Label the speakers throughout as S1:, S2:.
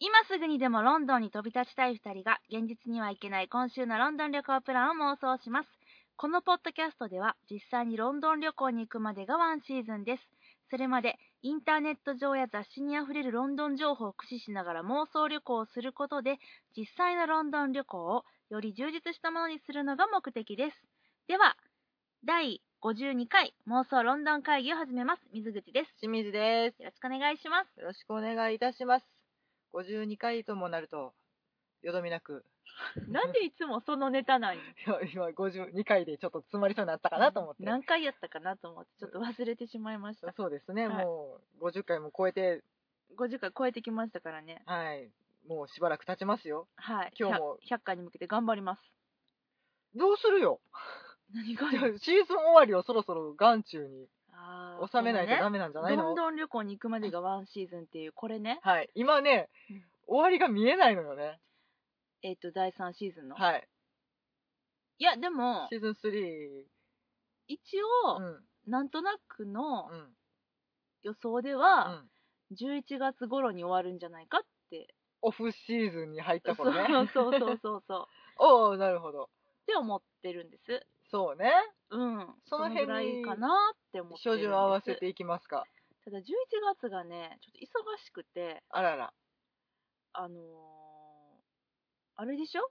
S1: 今すぐにでもロンドンに飛び立ちたい2人が現実には行けない今週のロンドン旅行プランを妄想しますこのポッドキャストでは実際にロンドン旅行に行くまでがワンシーズンですそれまでインターネット上や雑誌にあふれるロンドン情報を駆使しながら妄想旅行をすることで実際のロンドン旅行をより充実したものにするのが目的ですでは第52回妄想ロンドン会議を始めます水口です
S2: 清水で
S1: よろしくお願いします
S2: す。よろしくお願いいたします。52回ともなると、よどみなく、
S1: なんでいつもそのネタなんよ
S2: いや今52回でちょっと詰まりそうになったかなと思って。
S1: 何回やったかなと思ってちょっと忘れてしまいました
S2: そうですね、
S1: はい
S2: もう50回も超えて、
S1: 50回超えてきましたからね
S2: はい、もうしばらく経ちますよ。
S1: はい
S2: 今日も
S1: 100, 100回に向けて頑張ります
S2: どうするよ
S1: 何が
S2: シーズン終わりをそろそろ眼中に
S1: あー
S2: 収めないと
S1: この
S2: ダ
S1: ね
S2: メなんじゃないの
S1: ロンドン旅行に行くまでがワンシーズンっていうこれね
S2: はい、今ね
S1: うん、
S2: 終わりが見えないのよね。
S1: えっ、と第3シーズンの、い、
S2: はい、
S1: やでも
S2: シーズン3、
S1: 一
S2: う
S1: 応、
S2: ん、
S1: なんとなくの
S2: うん、
S1: 予想で
S2: う
S1: は、
S2: ん。
S1: 11月頃に終わるんじゃないかって
S2: オフシーズンに入った
S1: そう
S2: 頃ね。
S1: そうそうそうそうっ
S2: おおなるほど。
S1: て思ってるんです
S2: そうね。
S1: うん
S2: その辺に
S1: ぐらいかなって思ってるん
S2: 照
S1: です
S2: 準を合わせていきますか。
S1: ただ11月がねちょっと忙しくて
S2: あらら。
S1: あのーあれでしょ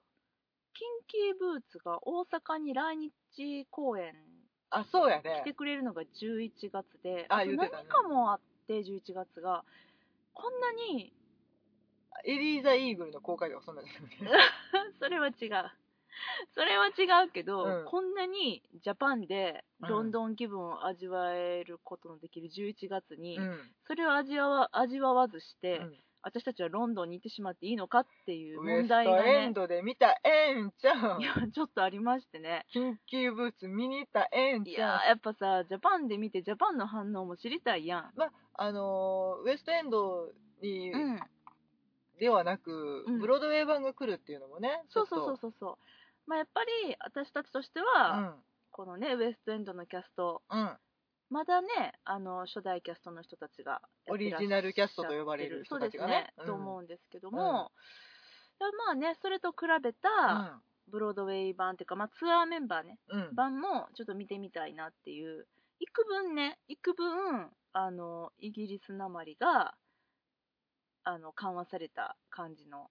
S1: キンキーブーツが大阪に来日公演
S2: あ、そうや
S1: 来て
S2: ね。
S1: くれるのが11月で、
S2: あ
S1: あと
S2: 言う
S1: 何
S2: てたね
S1: かもあって11月がこんなに
S2: エリーザ・イーグルの公開がそんなですよね。
S1: それは違う それは違うけど、
S2: うん
S1: こんなにジャパンでロンドン気分を味わえることのできる11月に、
S2: うん。
S1: それを味わわ味わわずして、
S2: うん
S1: 私たちはロンドンに行ってしまっていいのかっていう
S2: ウエ
S1: 問
S2: スト
S1: 題が
S2: エン
S1: ね
S2: ドで見たええんちゃん
S1: い。やちょっとありましてね
S2: 緊急ブーツ見に行ったええん
S1: い
S2: ち
S1: や
S2: ゃん。
S1: やっぱさジャパンで見てジャパンの反応も知りたいやん
S2: まあ、あのーウエストエンドに、
S1: うん
S2: ではなく、
S1: うん
S2: ブロードウェイ版が来るっていうのもね。
S1: そうそうそう
S2: ち
S1: そうそうまあやっぱり私たちとして
S2: ょっと
S1: は、このねウエストエンドのキャスト
S2: うん。うん。
S1: まだね、あの初代キャストの人たちがやってらっしゃってる、
S2: オリジナルキャストと呼ばれる人たちがね
S1: そうです
S2: うん
S1: と思うんですけども、いやまあね、それと比べたブロードウェイ版っていうか、まあ、ツアーメンバーね、
S2: うん。うん。
S1: 版もちょっと見てみたいなっていう、幾分ね、幾分、あのイギリスなまりがあの緩和された感じの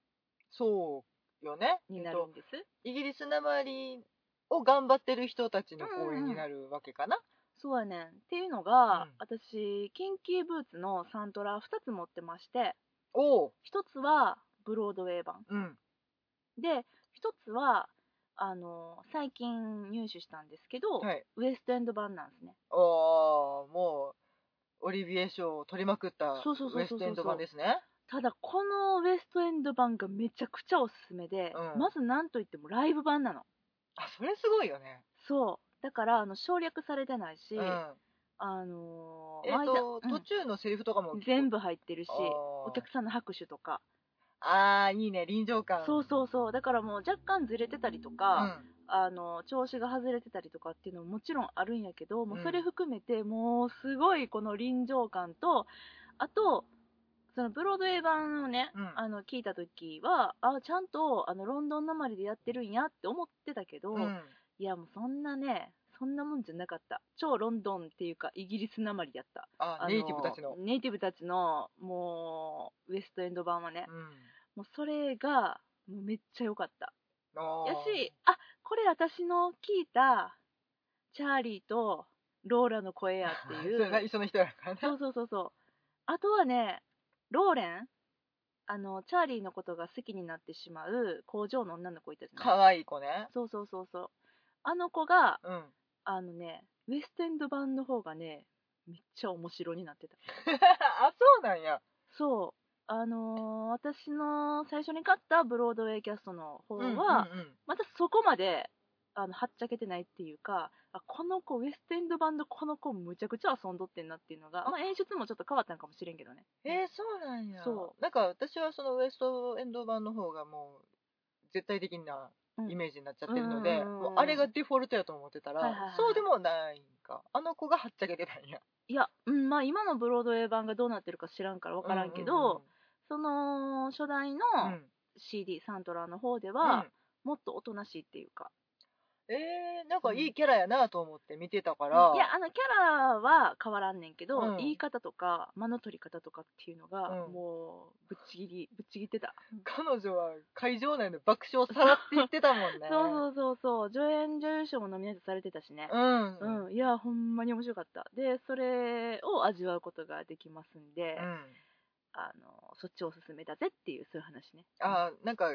S2: そうよね。
S1: にな
S2: えっ
S1: る
S2: と
S1: んです。
S2: イギリスなまりを頑張ってる人たちの公演になるわけかな。
S1: そうやねん。っていうのが、
S2: うん
S1: 私、キンキーブーツのサントラ2つ持ってまして、
S2: おお。
S1: 1つはブロードウェイ版。
S2: うん。
S1: で一つはあの最近入手したんですけど、
S2: はい。
S1: ウエストエンド版なんですね
S2: ああ、もう、オリビエ賞を取りまくった
S1: そうそうそうそうそう
S2: ウエストエンド版ですね。
S1: ただこのウエストエンド版がめちゃくちゃおすすめで、
S2: うん
S1: まずなんといってもライブ版なの
S2: あ、それすごいよね。
S1: そうだからあの省略されてないし、
S2: うん。
S1: あの
S2: えっ、
S1: 毎
S2: と、
S1: 回うん
S2: 途中のセリフとかも、
S1: 全
S2: 部
S1: 部入ってるしお
S2: お
S1: 客さんの拍手とか
S2: あーあー、いいね、臨場感。
S1: そう
S2: う。
S1: そうそうだからもう若干ずれてたりと
S2: う
S1: か、
S2: ん、
S1: あの調子が外れてたりとかっていうのももちろんあるんやけど、もう
S2: うん
S1: それ含めてもうすごいこの臨場感とあとそのブロードウェイ版をね、
S2: うん
S1: あの聞いた時はあちゃんとあのロンドンなまりでやってるんやって思ってたけど、
S2: うん
S1: いやもうそんなねそんなもんじゃなかった超ロンドンっていうかイギリスなまりやった
S2: あ
S1: あの
S2: ネイティブたちの。
S1: ネイティブたちのもうウエストエンド版はね、
S2: うん。
S1: もうそれがもうめっちゃ良かった
S2: あー
S1: やし、あこれ私の聞いたチャーリーとローラの声やってい
S2: それが
S1: う、
S2: 一緒の人やからね。
S1: そうそうそうそう、あとはね、ローレン、あのチャーリーのことが好きになってしまう工場の女の子いたじゃない
S2: 可愛い子ね。
S1: そうそうそうそう、あの子が、
S2: うん。
S1: あのね、ウエストエンド版の方がね、めっちゃ面白になってた。
S2: あ、そうなんや。
S1: そうあのー私の最初に買ったブロードウェイキャストの方は、
S2: うんうん
S1: またそこまであのはっちゃけてないっていうかあこの子ウエストエンドバンドこの子むちゃくちゃ遊んどってんなっていうのが、まあ、演出もちょっと変わったんかもしれんけどね
S2: えー、そうなんや。
S1: そ
S2: なんか私はそのウエストエンド版の方がもう絶対的な
S1: うん
S2: イメージになっちゃってるので、
S1: うんうんうんうん
S2: もうあれがデフォルトやと思ってたら、
S1: はいはいはい
S2: そうでもないんか。あの子がはっちゃけてたんや。
S1: いや、うんまあ、今のブロードウェイ版がどうなってるか知らんから分からんけど、
S2: ううう
S1: その初代の
S2: うん
S1: CD、サントラの方では、もっとおとなしいっていうか、
S2: うんえー、なんかいいキャラやなと思って見てたから、
S1: いやあのキャラは変わらんねんけど、
S2: うん
S1: 言い方とか間の取り方とかっていうのが、
S2: うん
S1: もうぶっちぎりぶっちぎってた、
S2: 彼女は会場内の爆笑をさらっていってたもん ね
S1: そうそうそうそう助演女優賞もノミネートされてたしね
S2: うん
S1: うん、いやほんまに面白かったでそれを味わうことができますんで、
S2: うん
S1: あのそっちおすすめだぜっていうそういう話ね
S2: あーなんか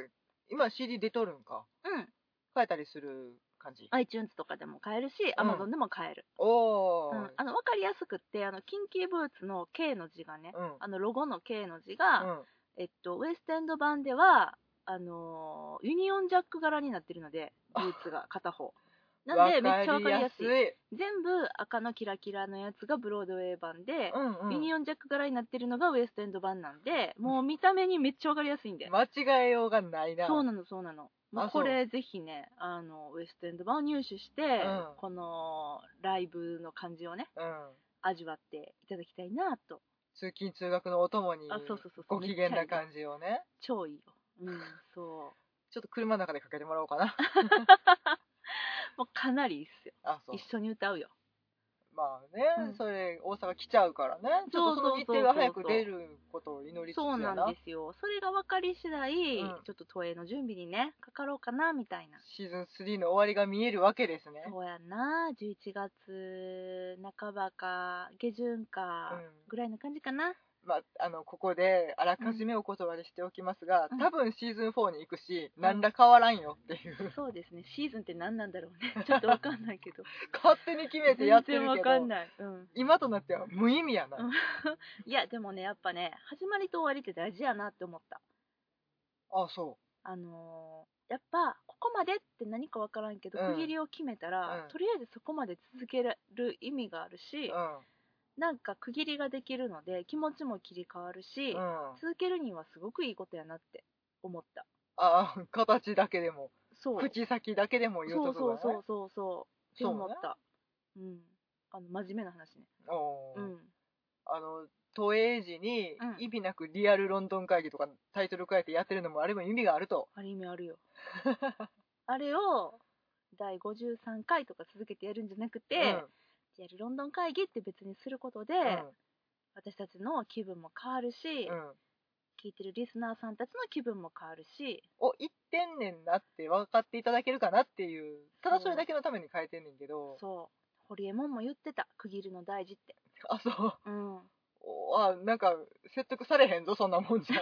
S2: 今 CD 出とるんか
S1: うん
S2: 変えたりする感じ
S1: iTunes とかでも買えるし、
S2: うん
S1: Amazon でも買える、
S2: おお
S1: うんあの分かりやすくってあのキンキーブーツの K の字がね、
S2: うん
S1: あのロゴの K の字が、
S2: うん
S1: えっと、ウエストエンド版ではあのーユニオンジャック柄になってるのでブーツが片方なんでめっちゃ分かりやすい
S2: い
S1: 全部赤のキラキラのやつがブロードウェイ版で
S2: う、んうん
S1: ユニオンジャック柄になってるのがウエストエンド版なんでもう見た目にめっちゃ分かりやすいんで、
S2: 間違えようがないな
S1: そうなのそうなのもう
S2: あ
S1: これぜひねあのウエストエンド版を入手して、
S2: うん
S1: このライブの感じをね
S2: うん
S1: 味わっていただきたいなと、
S2: 通勤通学のお供に
S1: あそうそうそうそう
S2: ご機嫌な
S1: じ
S2: 感じをね
S1: 超いいようん そう
S2: ちょっと車の中でかけてもらおうか な
S1: もうかなりいいっすよ
S2: あそう
S1: 一緒に歌うよ
S2: まあね、
S1: うん
S2: それ大阪来ちゃうからねちょっとその日程が早く出ることを祈りつつ
S1: そう
S2: やな
S1: なんですよそれが分かり次第、
S2: うん
S1: ちょっと都営の準備にねかかろうかなみたいな
S2: シーズン3の終わりが見えるわけですね
S1: そうやな11月半ばか下旬か
S2: うん
S1: ぐらいの感じかな、
S2: まあ、あのここであらかじめお断りしておきますが、
S1: うん
S2: 多分シーズン4に行くし、
S1: ん
S2: 何ら変わらんよってい う、
S1: そうですねシーズンって何なんだろうね ちょっと分かんないけど
S2: 勝手に決めてやってる
S1: 全然
S2: け
S1: 分
S2: ど
S1: かんない、うん、
S2: 今となっては無意味やな、
S1: うんいやでもねやっぱね始まりと終わりって大事やなって思った
S2: あそ
S1: あのーやっぱここまでって何か分からんけど、
S2: うん
S1: 区切りを決めたら、
S2: うん
S1: とりあえずそこまで続ける意味がある
S2: う
S1: し、
S2: うん
S1: なんか区切りができるので気持ちも切り替わるし、
S2: うん
S1: 続けるにはすごくいいことやなって思った
S2: あ形だけでも
S1: そう
S2: 口先だけでも言
S1: そうう
S2: と
S1: そ
S2: こ
S1: う
S2: が
S1: そ
S2: ね
S1: うそうそうって
S2: そう
S1: 思
S2: ね
S1: ったうんあの真面目な話ね
S2: おー
S1: うん
S2: あの都営時に
S1: うん
S2: 意味なくリアルロンドン会議とかタイトル変えてやってるのもあれも意味があると
S1: ある意味あるよ あれを第53回とか続けてやるんじゃなくて、やるロンドン会議って別にすることで、
S2: うん
S1: 私たちの気分も変わるし、
S2: うんうん、
S1: 聞いてるリスナーさんたちの気分も変わるし
S2: お言ってんねんなって分かっていただけるかなっていうただそれだけのために変えてんねんけど
S1: そう堀エモ門も言ってた区切るの大事って
S2: あそう
S1: うん
S2: おあなんか説得されへんぞそんなも んじゃ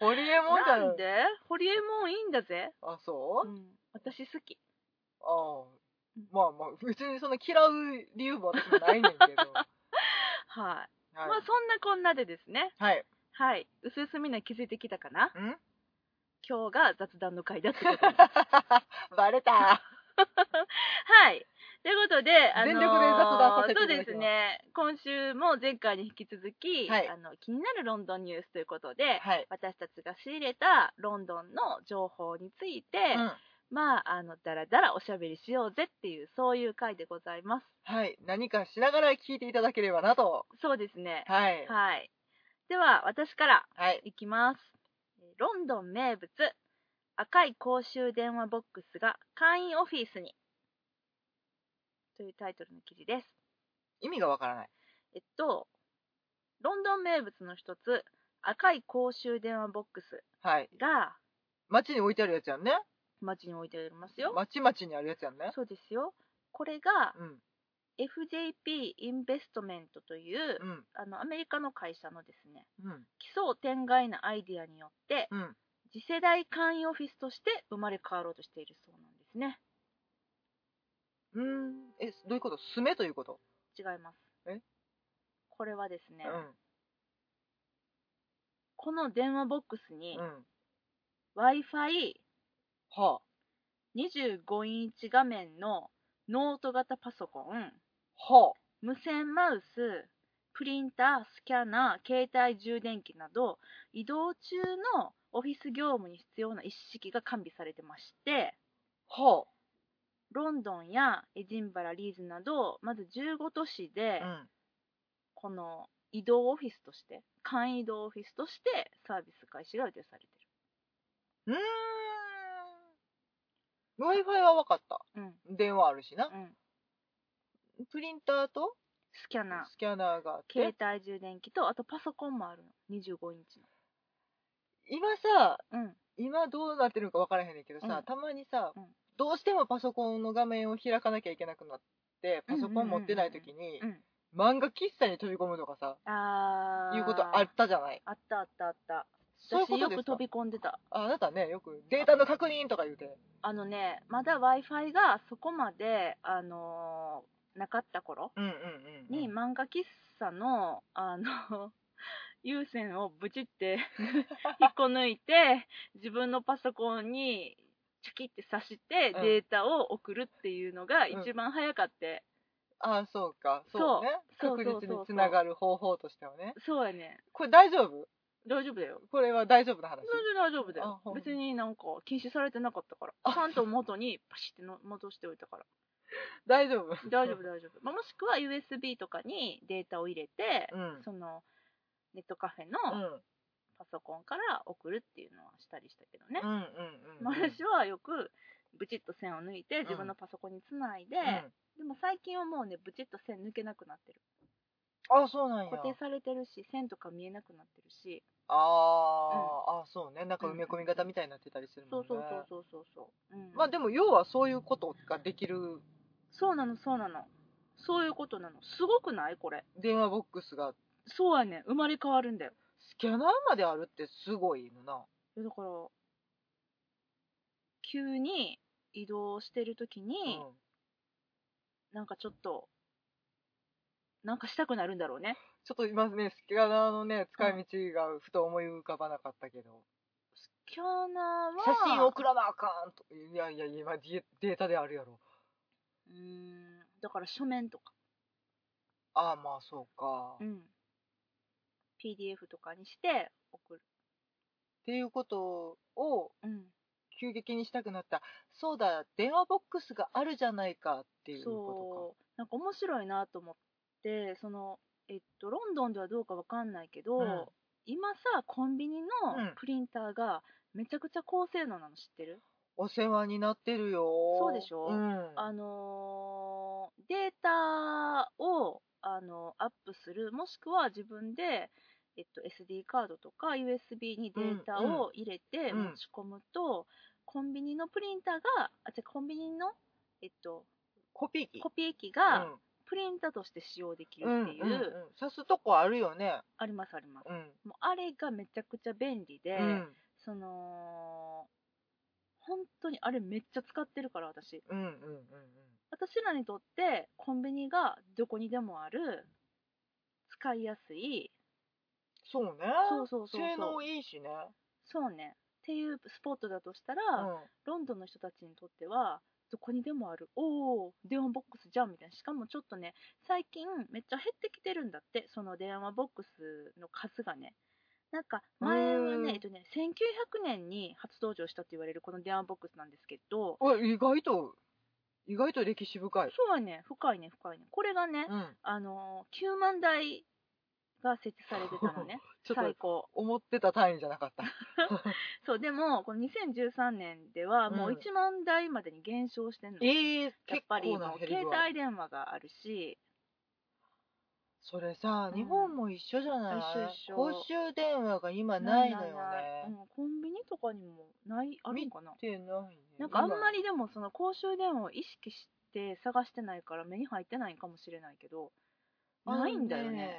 S2: ホリエモンじゃ
S1: なんでホリエモンいいんだぜ、
S2: あそうう、
S1: ん、私好き
S2: ああ
S1: うん
S2: まあまあ別にその嫌う理由も私もないねん けどはい、
S1: はい、まあそんなこんなでですね
S2: はい、
S1: はい薄々みんな気づいてきたかなん 今日が雑談の回だ ってことで
S2: バレた
S1: はいということで、あのー
S2: 全力で雑談させていただきます
S1: そうですね今週も前回に引き続き、
S2: はい
S1: あの気になるロンドンニュースということで、
S2: はい、
S1: 私たちが仕入れたロンドンの情報について、
S2: うん
S1: まああのだらだらおしゃべりしようぜっていうそういう回でございます
S2: はい、何かしながら聞いていただければなと
S1: そうですね
S2: はい
S1: はい、では私から
S2: はい
S1: いきますえーロンドン名物赤い公衆電話ボックスが会員オフィスにというタイトルの記事です
S2: 意味がわからない
S1: えっとロンドン名物の一つ赤い公衆電話ボックス
S2: はい
S1: が
S2: 街に置いてあるやつやんね
S1: 街に置いてありますよ
S2: 街町にあるやつやんね
S1: そうですよこれが
S2: うん
S1: FJP インベストメントという、
S2: うん
S1: あのアメリカの会社のですね
S2: うん
S1: 奇想天外なアイディアによって
S2: うん
S1: 次世代会員オフィスとして生まれ変わろうとしているそうなんですね
S2: うんえどういうことすめということ
S1: 違います
S2: え
S1: これはですね、
S2: う
S1: この電話ボックスに
S2: んうん
S1: w i f i
S2: は
S1: 25インチ画面のノート型パソコン
S2: あはあ
S1: 無線マウスプリンタースキャナー携帯充電器など移動中のオフィス業務に必要な一式が完備されてまして
S2: は
S1: ロンドンやエジンバラリーズなどまず15都市で
S2: あ、うん、
S1: この移動オフィスとして簡易移動オフィスとしてサービス開始が予定されて
S2: うーん w i f i は分かった
S1: るうん
S2: 電話あるしな、
S1: うん
S2: プリンターと
S1: スキャナー
S2: スキャナーがあって
S1: 携帯充電器とあとパソコンもあるの25インチ
S2: 今さ
S1: のうん
S2: 今どうなってるのか分からへんねんけどさ、
S1: うん
S2: たまにさ、
S1: うん
S2: どうしてもパソコンの画面を開かなきゃいけなくなってパソコン持ってない時に
S1: うん
S2: 漫画喫茶に飛び込むとかさ
S1: あー
S2: いうことあったじゃない
S1: あったあったあった
S2: そういう
S1: 私
S2: こと
S1: よ
S2: で
S1: く
S2: すか
S1: 飛び込んでた
S2: ああなたねよくデータの確認とか言うて
S1: あのねまだ w i f i がそこまで、あのーなかった頃
S2: うんうんうん
S1: に、漫画喫茶のあの 有線をブチって 引っこ抜いて自分のパソコンにチャキって挿して
S2: うん
S1: データを送るっていうのが
S2: うん
S1: 一番早かった、
S2: ああそうかそうね
S1: そう
S2: 確
S1: そうそうそう
S2: 実につながる方法としてはね
S1: そうやね
S2: これ大丈夫
S1: 大丈夫だよ
S2: これは大丈夫な話
S1: 大丈夫大丈夫だ
S2: あ
S1: よ
S2: ほんま
S1: 別になんか禁止されてなかったから
S2: あ
S1: ちゃんと元にパシっての戻しておいたから
S2: 大丈 夫
S1: 大丈夫大丈夫、まあ、もしくは USB とかにデータを入れて、
S2: うん
S1: そのネットカフェ
S2: う
S1: の
S2: ん
S1: パソコンから送るっていうのはしたりしたけどね、
S2: うんうんう ん
S1: まあ私はよくブチッと線を抜いて自分のパソコンにつないで、でも最近はもうねブチッと線抜けなくなってる
S2: うんあそうなんや
S1: 固定されてるし線とか見えなくなってるし、
S2: あーあそうねなんか埋め込み型みたいになってたりするも
S1: そ
S2: ん
S1: う
S2: ね
S1: そうそうそうそうそう、うん、
S2: まあでも要はそういうことができる
S1: そうなのそうなのそういうことなのすごくないこれ
S2: 電話ボックスが
S1: そうやね生まれ変わるんだよ
S2: スキャナーまであるってすごいのな。
S1: いやだから急に移動してる時に、
S2: うん
S1: なんかちょっとなんかしたくなるんだろうね
S2: ちょっと今ね、スキャナーのね、使い道がふと思い浮かばなかったけど、
S1: スキャナーは
S2: 写真送らなあかんと。いやいや、今デデータであるやろ。
S1: うーんだから書面とか、
S2: ああ、まあそうか。
S1: う
S2: っ
S1: ん、PDF とかにして送る、
S2: ていうことを
S1: うん、
S2: 急激にしたくなった。そうだ、電話ボックスがあるじゃないかっていうこ
S1: そうなんか面白いなと思ってそのえっとロンドンではどうかわかんないけど、
S2: うん
S1: 今さコンビニの
S2: うん
S1: プリンターがめちゃくちゃ高性能なの知ってる、
S2: とか。お世話になってるよ。
S1: そうでしょ
S2: うん。
S1: あのーデータを、あのーアップするもしくは自分で、えっと、SD カードとか USB にデータを入れて
S2: うん
S1: 持ち込むと、コンビニのプリンターがあ違うコンビニの、えっと、
S2: コピー機。
S1: コピー機
S2: うん
S1: がプリンターとして使用できる
S2: うん
S1: っていう、
S2: うんうん刺すとこあるよね。
S1: ありますあります
S2: うん。
S1: もうあれがめちゃくちゃ便利で、
S2: うん
S1: その本当にあれめっちゃ使ってるから私
S2: うんうんうんうん。
S1: 私らにとってコンビニがどこにでもある使いやすい
S2: そうね。
S1: そうそうそう
S2: 性
S1: そ
S2: 能
S1: う
S2: いいしね。
S1: そうねっていうスポットだとしたら、
S2: う
S1: ロンドンの人たちにとってはどこにでもあるおお電話ボックスじゃんみたいなしかもちょっとね最近めっちゃ減ってきてるんだってその電話ボックスの数がねなんか前は
S2: うーん
S1: ね,、えっと、ね1900年に初登場したと言われるこの電話ボックスなんですけど
S2: ん。お意外と、意外と歴史深い。
S1: そうはね深いね深いねこれがね、
S2: うん。
S1: あのー9万台が設置されてたのね
S2: ちょっ
S1: 最
S2: と
S1: 高
S2: 思ってた単位じゃなか った。
S1: そうでもこの2013年ではもう
S2: うん
S1: 1万台までに減少してんの、やっ
S2: ええ結
S1: ぱりも
S2: 構な
S1: う
S2: 減り
S1: 携
S2: 具合
S1: 帯電話があるし
S2: それさ、
S1: うん
S2: 日本も一緒じゃない、
S1: 一緒一緒
S2: 公衆電話が今ないのよね。
S1: ないうん、コンビニとかにもないあるんかな
S2: 見てないね
S1: なんかあんまりでもその公衆電話を意識して探してないから目に入ってないんかもしれないけど
S2: あのね
S1: ないんだよね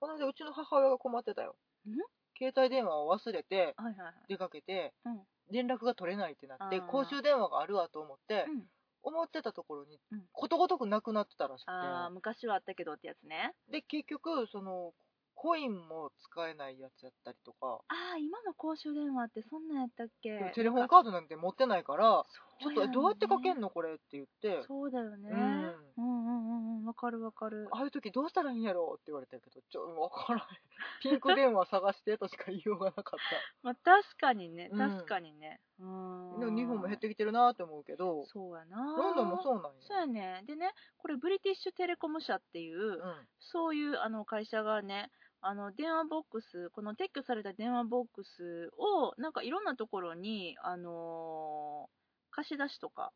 S2: この間うちの母親が困ってたよ
S1: ん。
S2: 携帯電話を忘れて
S1: うんはいはいはい
S2: 出かけて、
S1: うん
S2: 連絡が取れないってなって
S1: あー
S2: 公衆電話があるわと思って、
S1: うん
S2: 思ってたところに
S1: うん
S2: ことごとくなくなってたらしくて、
S1: ああ昔はあったけどってやつね
S2: で結局そのコインも使えないやつやったりとか、
S1: ああ今の公衆電話ってそんなんやったっ
S2: でも
S1: け
S2: テレフォンカードなんて持ってないから、ち
S1: そ
S2: ょっ
S1: や
S2: と
S1: ね
S2: えどうやってかけんのこれって言って、
S1: そうだよね、
S2: うん
S1: うんうんうんうんわかるわかる
S2: ああいう時どうしたらいいんやろうって言われたけど、ちょわからない。 ピンク電話探してとしか言いようがなかっ
S1: まあ、確かにね
S2: うん
S1: 確かにね、うん
S2: た。でも日本も減ってきてるなと思うけど、
S1: そうやな
S2: ロンドンもそうなんや。
S1: そうやねでねこれブリティッシュテレコム社っていう、
S2: う
S1: そういうあの会社がねあの電話ボックスこの撤去された電話ボックスをなんかいろんなところに、あのー貸し出しとか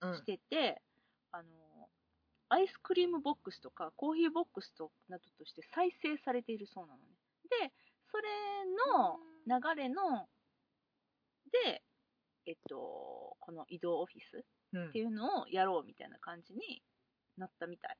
S2: ん。うん
S1: してて、あのーアイスクリームボックスとかコーヒーボックスとなどとして再生されているそうなのねでそれの流れのでえっとこの移動オフィス
S2: うん
S1: っていうのをやろうみたいな感じになったみたい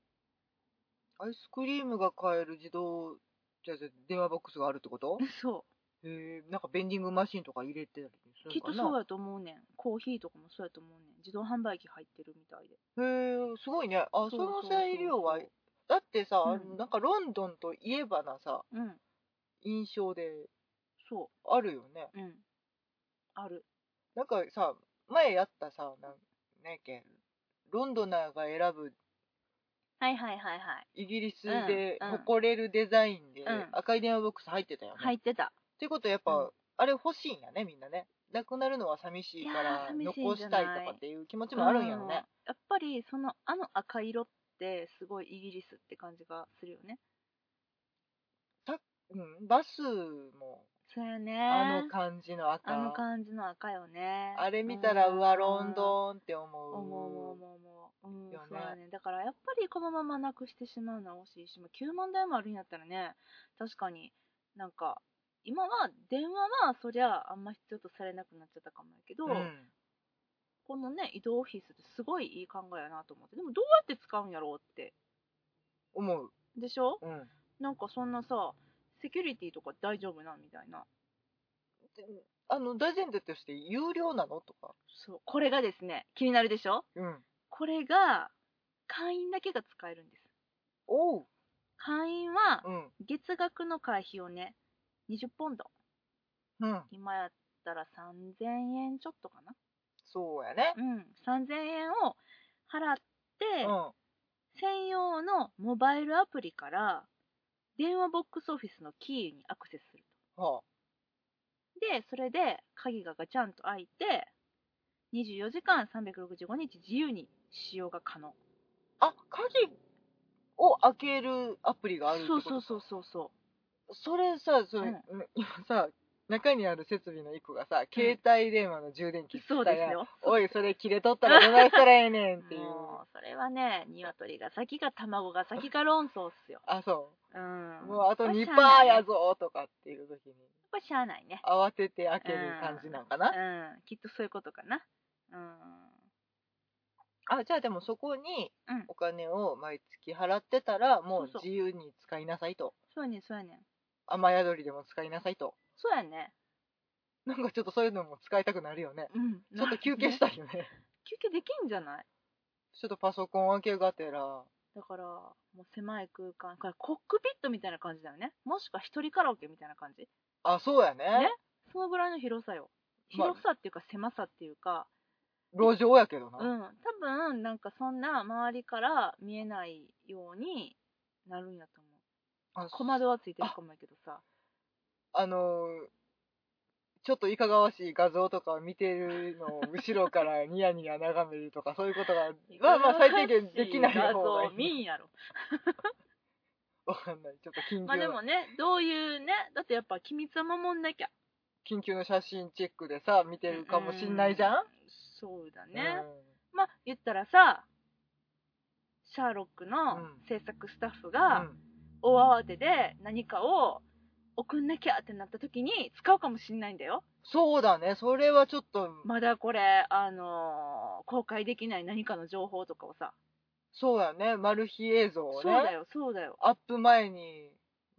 S2: アイスクリームが買える自動じゃじゃ電話ボックスがあるってこと
S1: そう
S2: へえなんかベンディングマシンとか入れてたりす
S1: きっ
S2: る
S1: と
S2: のかな
S1: そうやと思うねんコーヒーとかもそうやと思うねん自動販売機入ってるみたいで
S2: へえすごいねあそ
S1: そうそうそう
S2: の材料はだってさ、
S1: うん
S2: なんかロンドンといえばなさ
S1: うん
S2: 印象で
S1: そ
S2: あるよね
S1: ううんある
S2: なんかさ前やったさなんなんやっけロンドナーが選ぶ
S1: はいはいはいはい
S2: イギリスで
S1: うんうん
S2: 誇れるデザインで、
S1: うん
S2: 赤い電話ボックス入ってたよね、
S1: 入ってた
S2: っていうことはやっぱ、
S1: うん
S2: あれ欲しいんやねみんなねなくなるのは寂しいか
S1: いやー
S2: ら
S1: 寂しいんじゃない
S2: 残したいとかっていう気持ちもあるんやろ
S1: うん
S2: ね
S1: やっぱりそのあの赤色ってすごいイギリスって感じがするよね
S2: うん、バスも
S1: そうやね
S2: あの感じの赤
S1: あの感じの赤よね
S2: あれ見たら、うわロン
S1: ン
S2: ドンって思う
S1: 思う思う思う思ううん
S2: よね
S1: そうやねだからやっぱりこのままなくしてしまうのは惜しいし、まあ、9万台もあるんやったらね確かになんか今は電話はそりゃあんま必要とされなくなっちゃったかもやけど、
S2: うん
S1: このね移動オフィスってすごいいい考えやなと思ってでもどうやって使うんやろうって
S2: 思う
S1: でしょ
S2: うん
S1: なんかそんなさセキュリティとか大丈夫なみたいな
S2: あの大前提として有料なのとか
S1: そうこれがですね気になるでしょ
S2: うん
S1: これが会員だけが使えるんです
S2: おう
S1: 会員は
S2: うん
S1: 月額の会費をね20ポンド
S2: うん
S1: 今やったら3000円ちょっとかな
S2: そうやね
S1: うん3000円を払っ
S2: う
S1: て、
S2: ん
S1: 専用のモバイルアプリから電話ボックスオフィスのキーにアクセスする
S2: は
S1: とでそれで鍵がガチャンと開いて24時間365日自由に使用が可能
S2: ああ鍵を開けるアプリがあるって
S1: そ
S2: こ
S1: う
S2: と
S1: そうそうそうそ
S2: それさそれ、
S1: うん
S2: 今さ中にある設備の一個がさ携帯電話の充電器
S1: う
S2: って 言
S1: そ
S2: っ
S1: う
S2: た
S1: で
S2: や
S1: す
S2: ん
S1: よ
S2: おいそれ切れとったらどないしたらええねんっていう
S1: もうそれはね鶏が先か卵が先か論争っすよ
S2: あそ
S1: うん
S2: うもうあと
S1: これ
S2: 2
S1: しゃあないね
S2: やぞとかっていう時に
S1: これしゃあないね
S2: 慌てて開ける感じなんかな、
S1: うんきっとそういうことかなうん
S2: あじゃあでもそこに
S1: うん
S2: お金を毎月払ってたらも
S1: そ
S2: う
S1: うそう
S2: 自由に使いなさいと
S1: そうやねんそうやねん
S2: 雨宿りでも使いなさいと
S1: そうやね
S2: なんかちょっとそういうのも使いたくなるよね
S1: うん
S2: ちょっと休憩したいよね
S1: 休憩できんじゃない
S2: ちょっとパソコン開けがてら
S1: だからもう狭い空間これコックピットみたいな感じだよねもしくは一人カラオケみたいな感じ
S2: あそうや
S1: ねそのぐらいの広さよ
S2: まあ
S1: 広さっていうか狭さっていうか、
S2: 路上やけどな、
S1: うん多分なんかそんな周りから見えないようになるんやと思う
S2: あ
S1: 小窓はついてるかもやけどさ
S2: あのーちょっといかがわしい画像とかを見てるのを後ろか らニヤニヤ眺めるとかそういうことがまあまあ最低限できない方がい
S1: 画像見
S2: い
S1: んやろ
S2: わかんないちょっと緊急,、
S1: まあでもね、どういうね、だってやっぱ機密は守んなきゃ。
S2: 緊急の写真チェックでさ見てるかもしんないじゃん、
S1: うそうだね。まあ言ったらさ、シャーロックの
S2: うん
S1: 制作スタッフ
S2: うん
S1: が大慌てで何かを送んなきゃってなった時に使うかもしんないんだよ。
S2: そうだねそれはちょっと
S1: まだこれ、あのー公開できない何かの情報とかをさ。
S2: そうやねマル秘映像を
S1: そうだ
S2: ね
S1: よ、そうだよ。
S2: アップ前に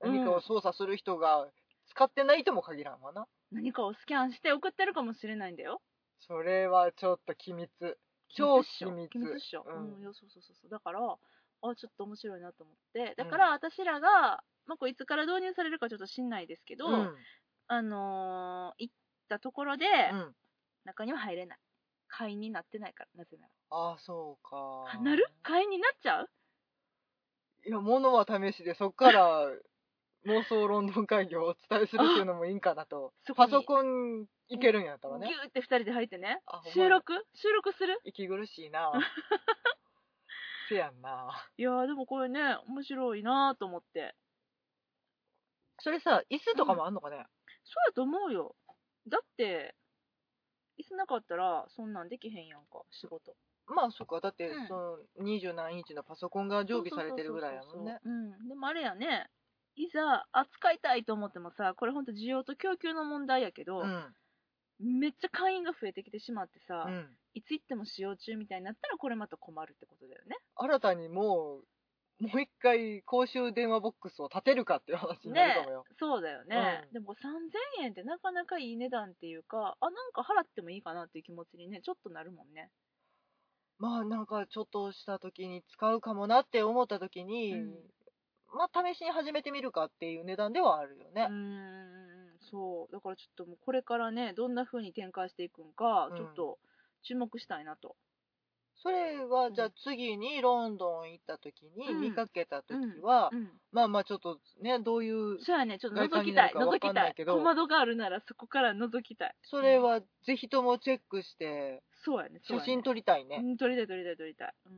S2: 何かを操作する人が使ってないとも限らんわな
S1: 何かをスキャンして送ってるかもしれないんだよ。
S2: それはちょっと機密超
S1: 機
S2: 機
S1: 密
S2: 密
S1: っしょ。機密っしょ。
S2: うん
S1: うん、いやそうそうそうそう。だから、あちょっと面白いなと思ってだから私らが、まあ、これいつから導入されるかちょっと知んないですけど、
S2: うん
S1: あのー行ったところで、
S2: うん
S1: 中には入れない会員になってないからなぜな
S2: ああそうか
S1: らなる会員になっちゃう
S2: いや物は試しでそっから妄想ロンドン会議をお伝えするっていうのもいいんかなと
S1: そこ
S2: パ
S1: に
S2: ソコンいけるんやったら
S1: ギュ
S2: ね
S1: ーって2人で入ってね
S2: あほんまや
S1: 収録収録する
S2: 息苦しい なせやんない
S1: やーでもこれね面白いなーと思って
S2: それさ椅子とかもあんのかね、
S1: そうやと思うよだって椅子なかったらそんなんできへんやんか仕事
S2: まあそっかだって、
S1: うん
S2: その20何インチのパソコンが常備されてるぐらいやもん
S1: そうそう
S2: ね
S1: そうそううんでもあれやねいざ扱いたいと思ってもさこれほんと需要と供給の問題やけど、
S2: うん
S1: めっちゃ会員が増えてきてしまってさ、
S2: うん
S1: いつ行っても使用中みたいになったらこれまた困るってことだよね
S2: 新たにもうもう一回公衆電話ボックスを建てるかっていう話になるかもよ、
S1: そうだよね、
S2: うん
S1: でも3000円ってなかなかいい値段っていうかあなんか払ってもいいかなっていう気持ちにねちょっとなるもんね
S2: まあなんかちょっとした時に使うかもなって思った時に、
S1: うん
S2: まあ試しに始めてみるかっていう値段ではあるよ
S1: う
S2: ね
S1: ー、んそうだからちょっともうこれからねどんな風に展開していくんか、
S2: うん
S1: ちょっと注目したいなと
S2: それはじゃ
S1: う
S2: あ
S1: ん
S2: 次にロンドン行った時に
S1: うん
S2: 見かけた時は、
S1: うん
S2: まあまあちょっとねどういう
S1: そうやね、ちょっと
S2: 外
S1: 覗
S2: 観
S1: き
S2: に
S1: た
S2: ないる、か
S1: 覗
S2: わ
S1: き
S2: かん
S1: た
S2: ないい。けど
S1: 小窓があるならそこから覗きたい。
S2: それはぜひともチェックして
S1: そうやね、そう
S2: 写
S1: やね
S2: 真撮りたいね、
S1: うん撮りたい、撮りたい、撮りたい。うん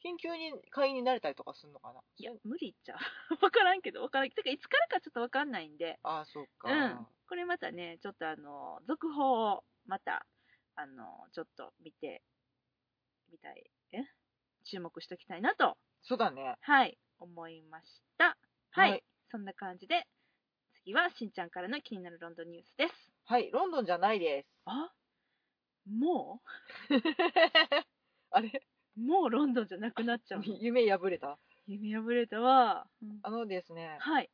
S2: 緊急に会員になれたりとかするのかない
S1: や、無理っちゃう。 わからんけど、わからん。てか、いつからかちょっとわかんないんで、
S2: ああそうか、
S1: うん。これまたね、ちょっとあの、続報をまた、あの、ちょっと見て、みたい、え注目しておきたいなと、
S2: そうだね
S1: はい、思いました。はい。
S2: はい
S1: そんな感じで、次はしんちゃんからの気になるロンドンニュースです。
S2: はいロンドンじゃないです
S1: あも
S2: あれ
S1: うもうロンドンじゃなくなっちゃうの。
S2: 夢破れた
S1: 夢破れたわ、
S2: あのですね
S1: はい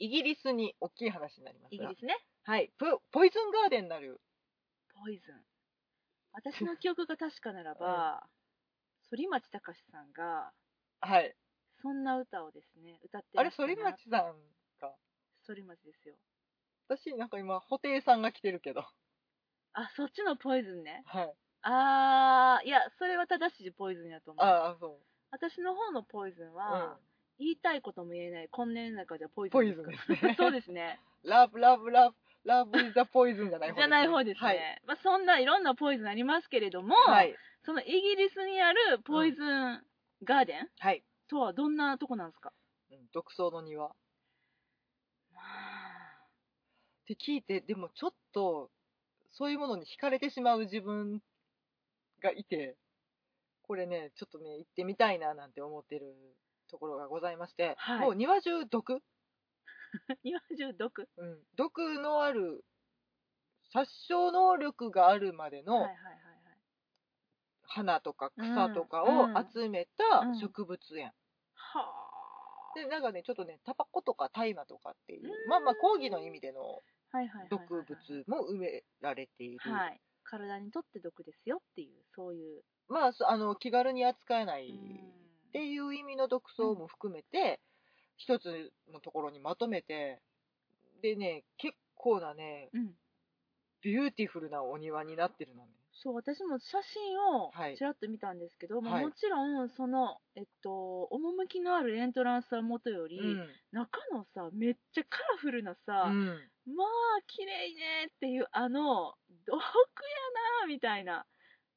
S2: イギリスに大きい話になります
S1: イギ
S2: が
S1: リスね
S2: はいポポイズンガーデンになる
S1: ポイズン私の記憶が確かならば、反町隆史さんが
S2: はい
S1: そんな歌をですね歌ってら
S2: あれ
S1: っしゃ
S2: 反
S1: る
S2: 町
S1: な
S2: さんか
S1: 反町ですよ
S2: 私なんか今布袋さんが来てるけど
S1: あそっちのポイズンね
S2: はい
S1: あーいやそれは正しいポイズンやと思う
S2: ああそ
S1: 私の方のポイズン
S2: う、
S1: は、言いたいことも言えない今年の中じゃポイ
S2: うん、
S1: ズン
S2: ポイズンです ね
S1: そうですね
S2: ラブラブラブラブイザポイズンじゃない方
S1: じゃない方ですね、
S2: はい、
S1: まあ、そんないろんなポイズンありますけれども、
S2: はい
S1: そのイギリスにあるポイズンガーデン、
S2: はい
S1: とはどんなとこなんですか
S2: うん独創の庭って聞いてでもちょっとそういうものに惹かれてしまう自分がいてこれねちょっとね行ってみたいななんて思ってるところがございまして、
S1: はい
S2: もう庭中毒、
S1: 庭中毒
S2: うん、毒のある殺傷能力があるまで
S1: はいは
S2: の
S1: いはい
S2: 花とか草とかを
S1: うんうん
S2: 集め
S1: う
S2: た
S1: ん
S2: 植物園、
S1: は
S2: でなんかねちょっとねタバコとか大麻とかっていう
S1: うん
S2: まあまあ講義の意味での
S1: あはいはいはいはいはい
S2: 毒物も埋められている、
S1: はい体にとって毒ですよっていうそういう
S2: まあそあの気軽に扱えない、っ
S1: う
S2: ていう意味の独創も含めて、一つのところにまとめてでね結構なね
S1: ん、うん、
S2: ビューティフルなお庭になってるのね
S1: そう私も写真を
S2: はい
S1: ちらっと見たんですけど、まあ
S2: はい
S1: もちろんそのえっと趣のあるエントランスはもとより、中のさめっちゃカラフルなさ、
S2: うん
S1: まあ綺麗ねっていうあの毒やなみたいな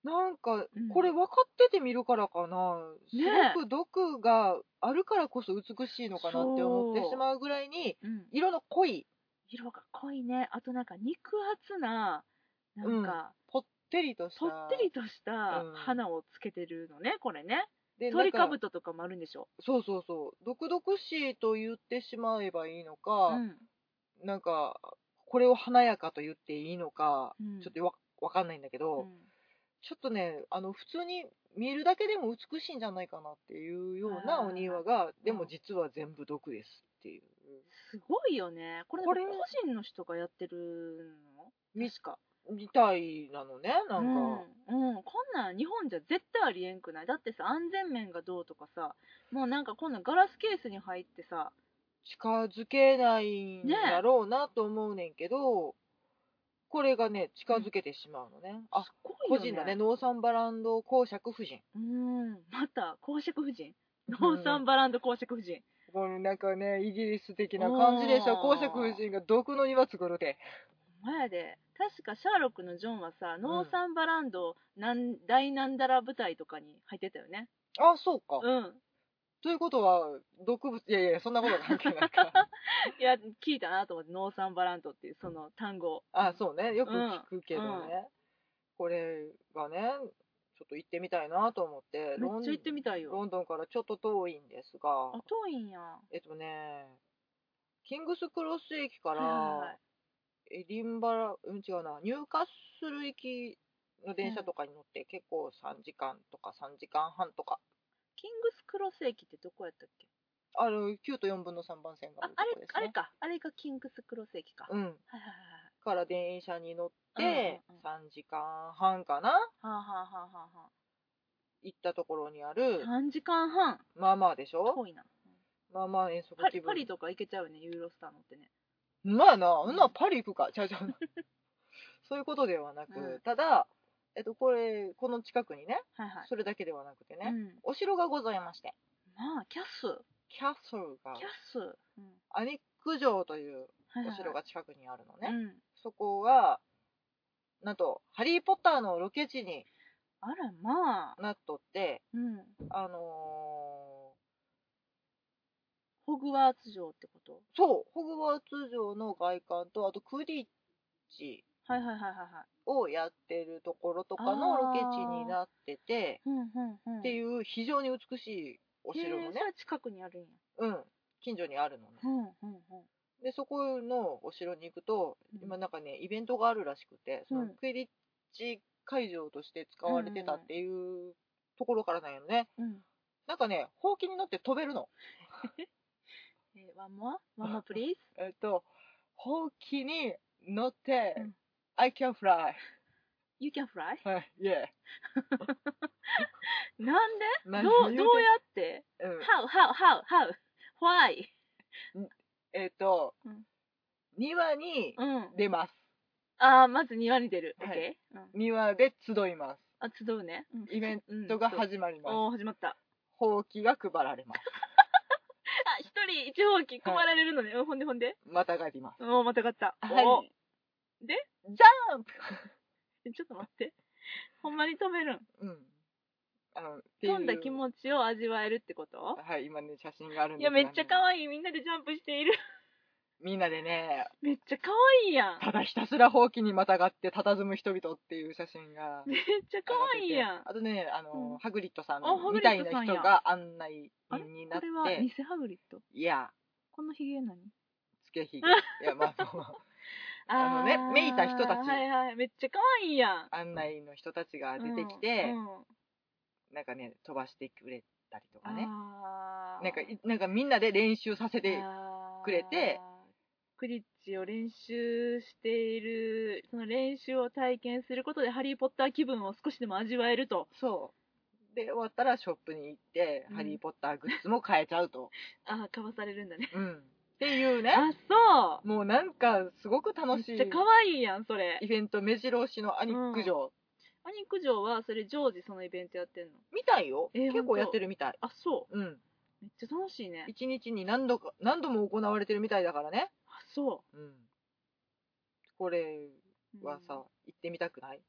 S2: なんか
S1: うん
S2: これ分かってて見るからかな、
S1: ね
S2: すごく毒があるからこそ美しいのかなって思ってしまうぐらいに
S1: うん
S2: 色の濃い
S1: 色が濃いねあとなんか肉厚ななんか、
S2: ぽってりとした
S1: ぽってりとした
S2: うん
S1: 花をつけてるのねこれね
S2: で
S1: 鳥か
S2: なん
S1: ぶ
S2: か
S1: ととかもあるんでしょ
S2: そうそうそう毒々しいと言ってしまえばいいのか、
S1: うん
S2: なんかこれを華やかと言っていいのか、
S1: うん
S2: ちょっとわわかんないんだけど、
S1: うん
S2: ちょっとねあの普通に見るだけでも美しいんじゃないかなっていうよう
S1: あ
S2: な
S1: ー
S2: お庭がで
S1: う
S2: も
S1: ん
S2: 実は全部毒ですっていう
S1: すごいよねこれ
S2: これ
S1: 個人の人がやってるの
S2: み
S1: 確か
S2: みたいなのねなんか、
S1: うん、うん、こんなん日本じゃ絶対ありえんくないだってさ安全面がどうとかさもうなんかこんなんガラスケースに入ってさ
S2: 近づけないん
S1: ね
S2: だろうなと思うねんけど、これがね近づけてしまうのね、あ
S1: すご
S2: 個
S1: いよ
S2: 人だねノーサンバランド公爵夫人
S1: うんまた公爵夫人ノーサンバランド公爵夫人、
S2: このなんかねイギリス的な感じでしょ
S1: お
S2: 公
S1: ー
S2: 爵夫人が毒の庭作るで
S1: ほんまやで確かシャーロックのジョンはさノーサンバランドなん大なんだら舞台とかに入ってたよね
S2: あそうか、
S1: うん
S2: ということは毒物いやいやそんなこと関係ない か
S1: いや聞いたなと思ってノーサンバランドっていうその単語
S2: あそうねよ
S1: う
S2: く
S1: ん
S2: 聞くけどね、
S1: う
S2: これがねちょっと行ってみたいなと思って
S1: めっちゃ行ってみたいよ
S2: ロンドンからちょっと遠いんですが
S1: あ遠いんや
S2: えっとね、キングスクロス駅か
S1: はいはいは
S2: ら
S1: い
S2: エディンバラ、うん違うな、ニューカッスル行きの電車とかに乗って結構3時間とか3時間半とか、
S1: キングスクロス駅ってどこやったっけ
S2: あの9と4分の3番線があ
S1: あ
S2: ると
S1: あれ
S2: こです
S1: あれ
S2: ね。
S1: かあれがキングスクロス駅か、
S2: うん、
S1: はいはい
S2: から電車に乗っ
S1: うんうんうん
S2: て3時間半かな
S1: はいはいはあはあは
S2: 行ったところにあ
S1: あ
S2: る
S1: はあ、3時間半
S2: まあまあでしょ
S1: 遠いな
S2: まあまあ遠足
S1: パ
S2: 気
S1: リ
S2: 分
S1: パリとか行けちゃうよねユーロスター乗ってね
S2: まあな、ほんなら パリ行くか、ちゃうちゃう。そういうことではなく、
S1: うん
S2: ただ、えっと、これ、この近くにね、
S1: はいはい
S2: それだけではなくてね、
S1: うん、
S2: お城がございまして、
S1: まあキャス
S2: キャッスルが
S1: キャ、ス、うん
S2: アニック城という
S1: はいはい
S2: お
S1: はい
S2: 城が近くにあるのね。
S1: うん、
S2: そこが、なんと、ハリー・ポッターのロケ地に
S1: あらまあ、
S2: なっとって、
S1: うん、
S2: あの
S1: ホグワーツ城ってこと
S2: ーそう、ホグワーツ城の外観と、あとクリッチ
S1: はいはいはいはいはい
S2: をやってるところとかのロケ地になってて、
S1: うんうんうん
S2: って
S1: う
S2: いう非常に美しいお城も
S1: そ
S2: ね
S1: れ、近くにあるんや
S2: うん、近所にあるのね、
S1: うんうんうん
S2: でそこのお城に行くと
S1: うん
S2: 今なんかねイベントがあるらしくてその
S1: うん
S2: クイリッチ会場として使われてたっていうところからなんよね
S1: うん
S2: なんかねほうきに乗って飛べるの
S1: えー、ワンモアワ ンモアプリーズ
S2: えっとほうきに乗って、
S1: うん
S2: I can fly
S1: You can fly?
S2: はいイエ
S1: なんで
S2: ー
S1: どう
S2: 何
S1: どう
S2: を言
S1: や
S2: う
S1: って
S2: てうん
S1: How, how, how, how? Why?
S2: えっと、
S1: うん
S2: 庭に
S1: うん。
S2: 出ます
S1: ああ、まず庭に出る。
S2: はい
S1: OK? うん。
S2: 庭で集いま
S1: あ、集うね。うん
S2: イベン
S1: ン
S2: す人が始まります
S1: おー始まった。あ、
S2: ほうきが配られます。
S1: 一人一ほうき配られるのね。うんほんでほんで。
S2: またがります。
S1: おーまた勝った。
S2: はい
S1: おー
S2: ジャンプ
S1: えちょっと待って。ほんまに飛べるん。
S2: うん。あの、
S1: 飛んだ気
S2: ち。
S1: 持ちを味わえるってこと
S2: はい、今ね、写真があるん
S1: い
S2: です
S1: や、めっちゃ可
S2: い
S1: 愛い。みんなでジャンプしている。
S2: い。みんなでね、
S1: めっちゃ可愛いやん。
S2: ただひたすらほうきにまたがって佇む人々っていう写真が。
S1: めっちゃ可愛いやん。
S2: あとね、あの、
S1: うん
S2: ハグリッドさん
S1: あハグリ
S2: み
S1: ッド
S2: た
S1: さん
S2: い
S1: や
S2: な人が案内
S1: あれ
S2: 人になっ
S1: これは
S2: て、
S1: 偽ハグリッド。
S2: いや、
S1: このヒゲ何
S2: つけ ひげ。いや、まあ、そうあの
S1: ー
S2: ねめいた人たち
S1: はいはい。めっちゃ可愛いやん。
S2: 案内の人たちが出てきて、
S1: うんうん
S2: なんかね、飛ばしてくれたりとかね。
S1: あー
S2: なんかい、なんかみんなで練習させてくれて
S1: あークリッチを練習しているその練習を体験することでハリー・ポッター気分を少しでも味わえると
S2: そう。で、終わったらショップに行って、
S1: うん
S2: ハリー・ポッターグッズも買えちゃうと。
S1: ああかわされるんだね
S2: うん。っていうね、
S1: あそ
S2: もうなんか、すごく
S1: う
S2: 楽
S1: めっ
S2: し
S1: ち
S2: い
S1: ゃ可愛いやんそれ
S2: イベント、目白押しのアニック城。
S1: アニック城はそれ常時そのイベントやってんの
S2: みたいよ。
S1: えー
S2: 結構やってるみたい。
S1: あそ
S2: うん。
S1: うめっちゃ楽しいね
S2: 一日に何度か、何度も行われてるみたいだからね。
S1: あそ
S2: うん。これ
S1: ううん
S2: はさ、行ってみたくない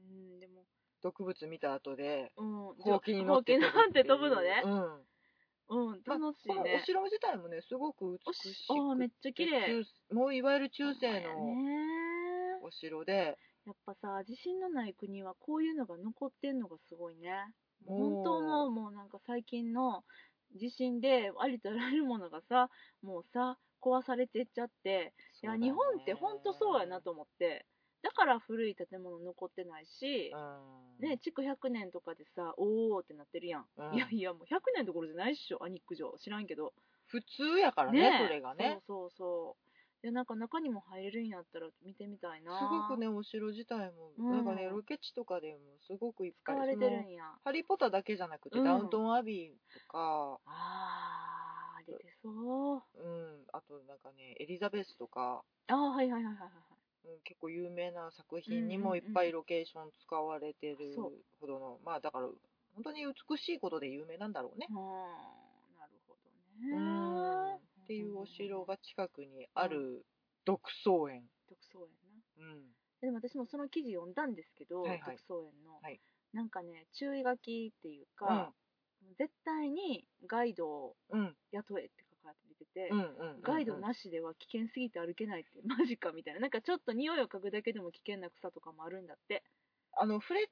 S1: うんでも
S2: 毒物見た後で、
S1: うん
S2: ほうきに乗っ
S1: ほ
S2: て
S1: うきに乗って飛ぶのね
S2: うん。
S1: うん
S2: まあ
S1: 楽しい
S2: このお
S1: ね
S2: 城自体もね、すごく
S1: お
S2: 美
S1: し
S2: し
S1: あーめっ
S2: く
S1: ちゃ綺麗
S2: て、中もういわゆる中世
S1: ほん
S2: の
S1: まやね
S2: お城で、
S1: やっぱさ地震のない国はこういうのが残ってんのがすごいね
S2: も
S1: 本
S2: う
S1: 当もうもうなんか最近の地震でありとあらゆるものがさもうさ壊されてっちゃって、いや日本って本当そうやなと思ってだから古い建物残ってないし、
S2: うん、
S1: ね、築100年とかでさおおってなってるやん、
S2: うん
S1: いやいやもう100年どころじゃないっしょアニック城知らんけど
S2: 普通やからねそれがね
S1: そうそうそやなんか中にも入れるんやったら見てみたいな
S2: すごくねお城自体も、
S1: うん
S2: なんかねロケ地とかでもすごくいっ
S1: 使
S2: ぱい
S1: われてるんや
S2: ハリー・ポッターだけじゃなくて、
S1: うん
S2: ダウントン・アビーとか、
S1: あー出てそう
S2: うん、あとなんかね、エリザベスとか、
S1: あーはいはいはいはいはい
S2: うん、結構有名な作品にもいっぱいロケーション使われてる
S1: そう
S2: ほどの、まあだから、本当に美しいことで有名なんだろうね。
S1: あーなるほ
S2: う
S1: ど
S2: ん。
S1: ね
S2: っ
S1: って
S2: いうお城が近くにある独草園。
S1: 独創園な
S2: うん。
S1: でも私もその記事読んだんですけど、
S2: はいはい
S1: 独創園の、
S2: はい
S1: なんかね注意書きっていうか、絶対にガイドを
S2: うん。
S1: 雇えって書かれてて、
S2: うん。うん。
S1: ガイドな
S2: し。
S1: しでは危険すぎて歩けないって マジかみたいななんかちょっと匂いを嗅ぐだけでも危険な草とかもあるんだって
S2: あの、触れ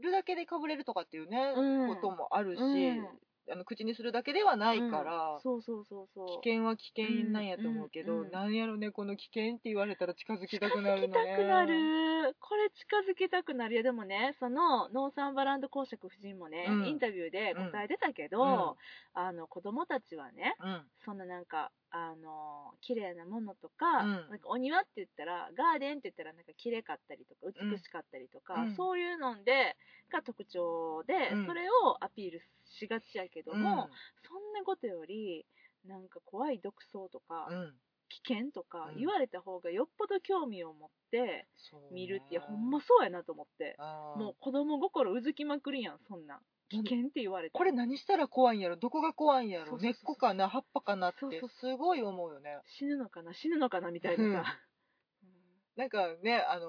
S2: るだけでかぶれるとかっていうね、
S1: うん
S2: こともあるし、
S1: うん
S2: あの口にするだけではないから、
S1: うんそうそうそうそう
S2: 危険は危険なんやと思うけ
S1: うん
S2: ど、
S1: うんうん
S2: なんやろねこの危険って言われたら近づきたくなる
S1: 近づき
S2: の
S1: た
S2: ね
S1: くなるこれ近づきたくなるいやでもねそのノーサンバランド公爵夫人もね、
S2: うん
S1: インタビューで答えてたけど、あの子供たちはね
S2: うん
S1: そんななんかあの綺麗なものとか,、
S2: うん
S1: なんかお庭って言ったらガーデンって言ったらなんか綺麗かったりとか
S2: うん
S1: 美しかったりとか、
S2: うん
S1: そういうのでが特徴で、
S2: うん
S1: それをアピールしがちやけど
S2: うん
S1: も、そんなことよりなんか怖い毒草とか、
S2: うん
S1: 危険とか
S2: うん
S1: 言われた方がよっぽど興味を持って
S2: そうね
S1: 見るって、いやほんまそうやなと思って、
S2: あー
S1: もう子供心うずきまくるやんそんなん危険って言われて
S2: これ何したら怖いんやろどこが怖いんやろ
S1: そうそうそう
S2: 根っこかな葉っぱかなって
S1: そうそう
S2: すごい思うよね
S1: 死ぬのかな死ぬのかなみたいなさ、
S2: なんかねあのー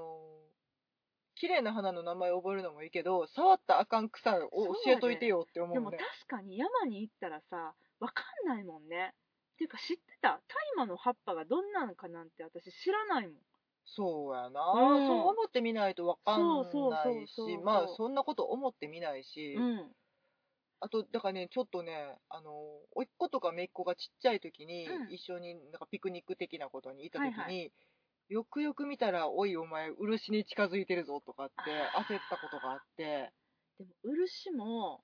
S2: 綺麗な花の名前覚えるのもいいけど触ったらあかん草を教えといてよって思
S1: で
S2: う
S1: も
S2: ね
S1: 確かに山に行ったらさわかんないもんねっていうか知ってた大麻の葉っぱがどんなのかなんて私知らないもん
S2: そうやな、
S1: うん
S2: そう思ってみないとわかん
S1: そうそう
S2: な
S1: そう
S2: い
S1: そう
S2: しまあそんなこと思ってみないし、
S1: うん
S2: あと、だからね、ちょっとね、あの、甥っ子とか姪っ子がちっちゃい時に、
S1: うん
S2: 一緒になんかピクニック的なことにいた時に、
S1: はいは
S2: よくよく見たら、おいお前、漆に近づいてるぞとかって
S1: あー
S2: 焦ったことがあって、
S1: でも漆も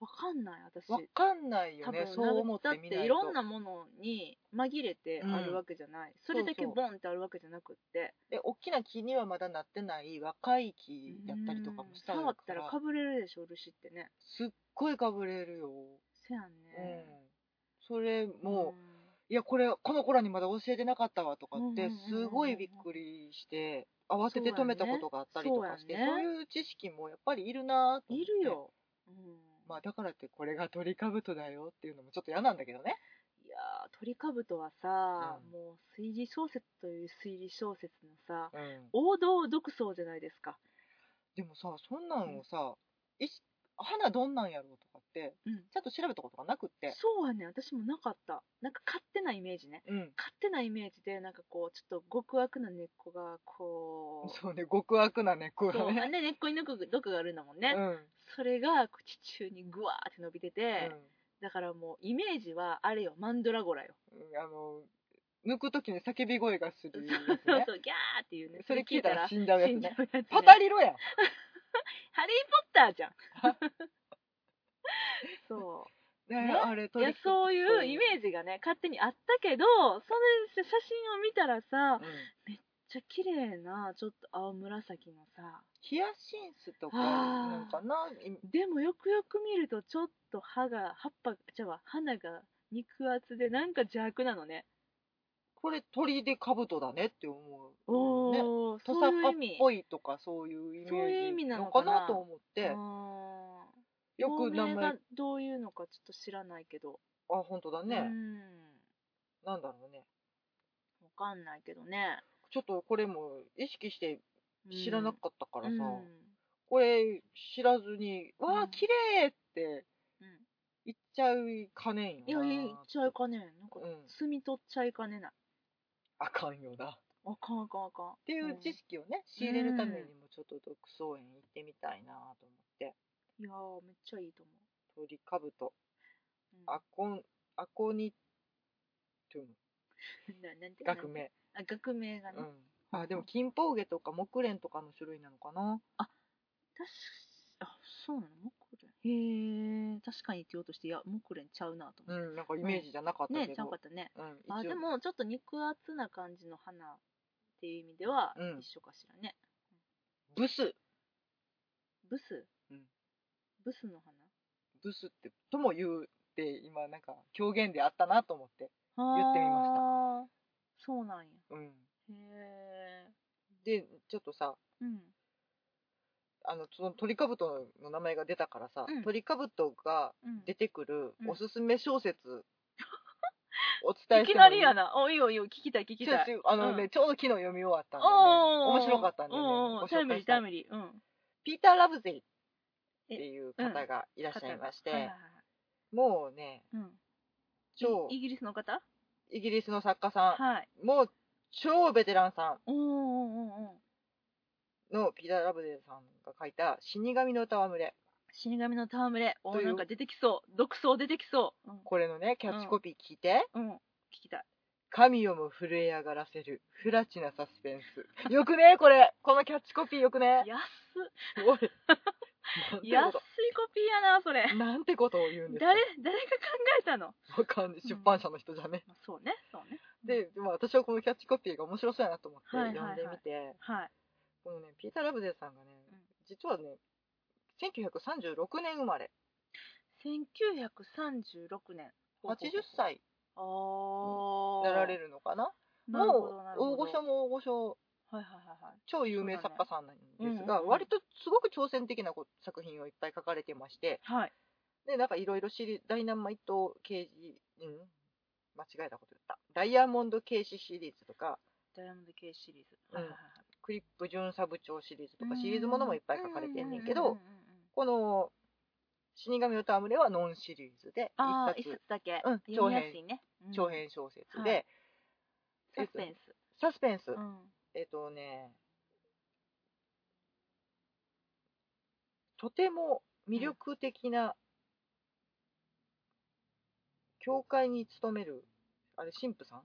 S1: わかんない私
S2: わかんないよ
S1: 多
S2: ね
S1: 分、
S2: そう思ってみ
S1: だっ
S2: な
S1: て
S2: い
S1: い
S2: と。
S1: ろんなものに紛れてあるわけじゃない、それだけ
S2: そうそう
S1: ボンってあるわけじゃなくって
S2: で、大きな木にはまだなってない若い木やったりとかもした
S1: う
S2: り
S1: ん
S2: と
S1: 触ったらかぶれるでしょ漆ってね
S2: すっごいかぶれるよ。
S1: せやん
S2: うん
S1: ね、。
S2: それも、
S1: ん
S2: いや、これ、この子らにまだ教えてなかったわとかっ
S1: うん
S2: て
S1: うんうんうん、うん
S2: すごいびっくりして、慌てて止めたことがあったりとかして、
S1: そう
S2: そ
S1: やね
S2: う,、
S1: そうやね
S2: いう知識もやっぱりいるなぁと思
S1: い
S2: って。
S1: る。よ、うん
S2: まあ、だからって、これがトリカブトだよっていうのもちょっと嫌なんだけどね。
S1: いやートリカブトはさ、
S2: うん
S1: もう推理小説という推理小説のさ
S2: うん。
S1: 王道独創じゃないですか
S2: でもさ、そんなんをさ、いし花どんなんやろうとかって、
S1: うん
S2: ちゃんと調べたことがなくって。
S1: そうはね私もなかったなんか勝手なイメージね
S2: うん。
S1: 勝手なイメージでなんかこうちょっと極悪な根っこがこう
S2: そうね、極悪な猫
S1: そ
S2: が
S1: う
S2: ね。
S1: あね根っこに毒毒があるんだもんね、
S2: うん。
S1: それがこう地中にグワーって伸びてて、
S2: うん
S1: だからもうイメージはあれよマンドラゴラよ、
S2: うんあの、抜くときに叫び声がす
S1: そ
S2: る
S1: う
S2: やつ
S1: そう
S2: ね。
S1: そうギャーっていうね
S2: それ聞いたら死んじゃうやつ
S1: 死んじゃ
S2: ね。
S1: うやつ、ね、
S2: パタ
S1: リ
S2: リロやん。
S1: ハリー・ポッターじゃん そ
S2: ね
S1: ね
S2: あれ
S1: う
S2: ト
S1: い
S2: リ
S1: や
S2: ック
S1: そういうイメージがね勝手にあったけどその写真を見たらさめっ
S2: うん
S1: ちゃ綺麗なちょっと青紫のさ
S2: ヒヤシンスとか
S1: あー
S2: なんかな、い
S1: でもよくよく見るとちょっと歯が葉っぱじゃあ花が肉厚でなんか邪悪なのね
S2: これ鳥で兜だねって思
S1: お
S2: う、ね、
S1: お、
S2: ト
S1: そ
S2: サ
S1: ういう
S2: カ
S1: 意
S2: っ
S1: 味
S2: ぽいとかそういうイメージ
S1: そういう意味なのか
S2: か
S1: な
S2: なと思って
S1: あー
S2: よく名
S1: 透明
S2: 前
S1: がどういうのかちょっと知らないけど
S2: あ本当だ
S1: う
S2: ね、
S1: ん
S2: なんだろうね
S1: わかんないけどね
S2: ちょっとこれも意識して知らなかったからさ、
S1: うん
S2: これ知らずに「
S1: ん
S2: わあ綺麗って
S1: うん
S2: 言っちゃいかねん
S1: い
S2: よ
S1: や
S2: ない
S1: や言っちゃいかねえなんか
S2: うん
S1: 摘み取っちゃいかねない
S2: あかんよなっ
S1: あかんあかんあかんって
S2: いう知識をね、仕入れるためにもちょっと独創園行ってみたいなと思って
S1: いやーめっちゃいいと思
S2: 鳥かぶと
S1: う、うん
S2: アコン、アコニトゥム、
S1: ななんて
S2: 学名。
S1: あ学名がね、
S2: うん。あ、でも、金ポウゲとか木蓮とかの種類なのかな。
S1: 確かあそうなの木蓮へえ確かにって言おうとしていや木蓮ちゃうなと思
S2: う
S1: って、
S2: ん、なんかイメージじゃなかったけど、
S1: ねちゃうかったね
S2: うん、一応
S1: あでもちょっと肉厚な感じの花っていう意味では
S2: うん
S1: 一緒かしらね、
S2: ブス
S1: ブス、
S2: うん
S1: ブスの
S2: ブスってとも言うって今なんか狂言であったなと思って、
S1: 花
S2: 言ってみました
S1: あーそうなんや
S2: うん、
S1: へえ
S2: でちょっとさ
S1: うん
S2: あのそのトリカブトの名前が出たからさ、
S1: うん
S2: トリカブトが
S1: うん
S2: 出てくる
S1: うん
S2: おすすめ小説、 お伝え
S1: い
S2: して
S1: き
S2: も
S1: ない
S2: い
S1: りやなおいいよいいよ聞きたい聞きたい
S2: ちょちょあのね、
S1: うん
S2: ちょうど昨日読み終わったんで、ね、
S1: おー
S2: 面白かったんで、ね、
S1: おー
S2: ご
S1: タイ
S2: 紹
S1: ム
S2: 介
S1: リー
S2: した
S1: タイ
S2: い
S1: ムリーうん
S2: ピーター・ラブゼイっていう方がいらっしゃいまして、
S1: はいはいはい
S2: もうね
S1: うん
S2: 超
S1: イイギリスの方
S2: イギリスの作家さ
S1: はい
S2: んもう超ベテランさ
S1: おーおーおーおー
S2: んのピーター・ラブゼイさんが書いた「死神の歌は群れ
S1: 死神の戯れお
S2: と
S1: ー
S2: いう
S1: なんか出てきそう独走出てきそう」
S2: これのねキャッチコピー聞いて、
S1: うん、うん、聞きたい
S2: 神をも震え上がらせるフラチなサスペンス」よくねこれこのキャッチコピーよくね
S1: 安っ
S2: すごい
S1: 安
S2: ないんてこ
S1: コピーやなそれ
S2: となんてことを言うんです
S1: 誰
S2: か
S1: 誰が考えたの
S2: わかんない出版社の人じゃね、
S1: まあそうねそうね
S2: で、まあ、私はこのキャッチコピーが面白そうやなと思って
S1: はいはい
S2: 読
S1: はい
S2: んでみて、
S1: はい
S2: このねピーター・ラブゼイさんがね、
S1: うん
S2: 実はね1936年生まれ
S1: 1936年
S2: 80歳
S1: ああ
S2: になられるのかな
S1: なるほどなる
S2: もう
S1: ほど
S2: 大御所も大御所
S1: はいはいはいはい
S2: 超有名作家さんなん
S1: そうだね
S2: ですが、
S1: うんうんうん
S2: 割とすごく挑戦的なこ作品をいっぱい書かれてまして
S1: はい
S2: でなんかいろいろシリダイナマイト刑事、うん、間違えたこと言ったダイヤモンド刑事シリーズとか
S1: ダイヤモンド系シリーズ
S2: うん
S1: はいはいはい
S2: クリップ巡査部長シリーズと
S1: う
S2: か
S1: ん
S2: シリーズものもいっぱい書かれてんねんけ
S1: うう
S2: ど、
S1: うんうんうん
S2: この「死神の戯れ」はノンシリーズで
S1: ああ
S2: 一
S1: 一
S2: 冊
S1: 冊だけ
S2: うん
S1: 読みやすいねうん
S2: 長編小説
S1: うん
S2: で、
S1: はいサ
S2: えっ
S1: ス
S2: と
S1: ペンス
S2: サスペンス、
S1: うん
S2: えっとねとても魅力的な教会に勤めるあれ神父さん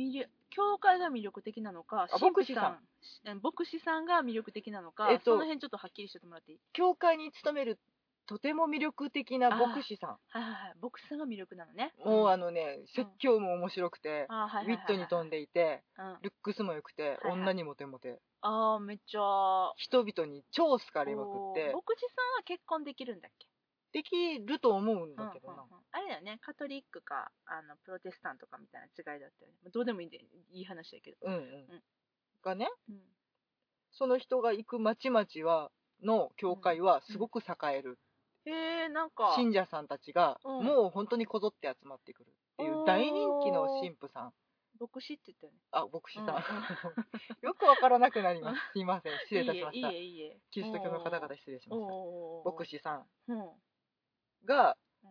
S1: 魅力教会が魅力的なのか
S2: あ
S1: 神父んうん牧師さんが魅力的なのか、
S2: えっと
S1: その辺ちょっとはっきりしてもらっていい
S2: 教会に勤めるとても魅力的な牧師さん
S1: はいはいはい牧師さんが魅力なのね
S2: もうあ
S1: の
S2: のね説教も面白くて、
S1: あーはいはいはい
S2: ウィットに富んでいて
S1: はいうん
S2: ルックスも良くて、
S1: はいはい
S2: 女にモテモテ
S1: ああめっちゃ
S2: 人々に超好かれまく
S1: お
S2: っ
S1: ー
S2: て
S1: 牧師さんは結婚できるんだっけ
S2: できると思うんだけど
S1: うん
S2: な、
S1: うんうんあれだよねカトリックかあのプロテスタントかみたいな違いだったよねまあどうでもいいんでいい話だけど、
S2: うんうん
S1: ん
S2: がね
S1: うん、
S2: その人が行く町々はの教会はすごく栄える、
S1: へえなんか
S2: 信者さんたちが
S1: うん
S2: もう本当にこぞって集まってくるっていう大人気の神父さん
S1: 牧師って言ったよね
S2: あ牧師さん、
S1: うん
S2: よくわからなくなりますすいません失礼いたしまし
S1: い
S2: た
S1: えいえいえ
S2: キリスト教の方々失礼しま
S1: おーおー
S2: した
S1: おーおー
S2: 牧師さん
S1: うん、
S2: が
S1: うん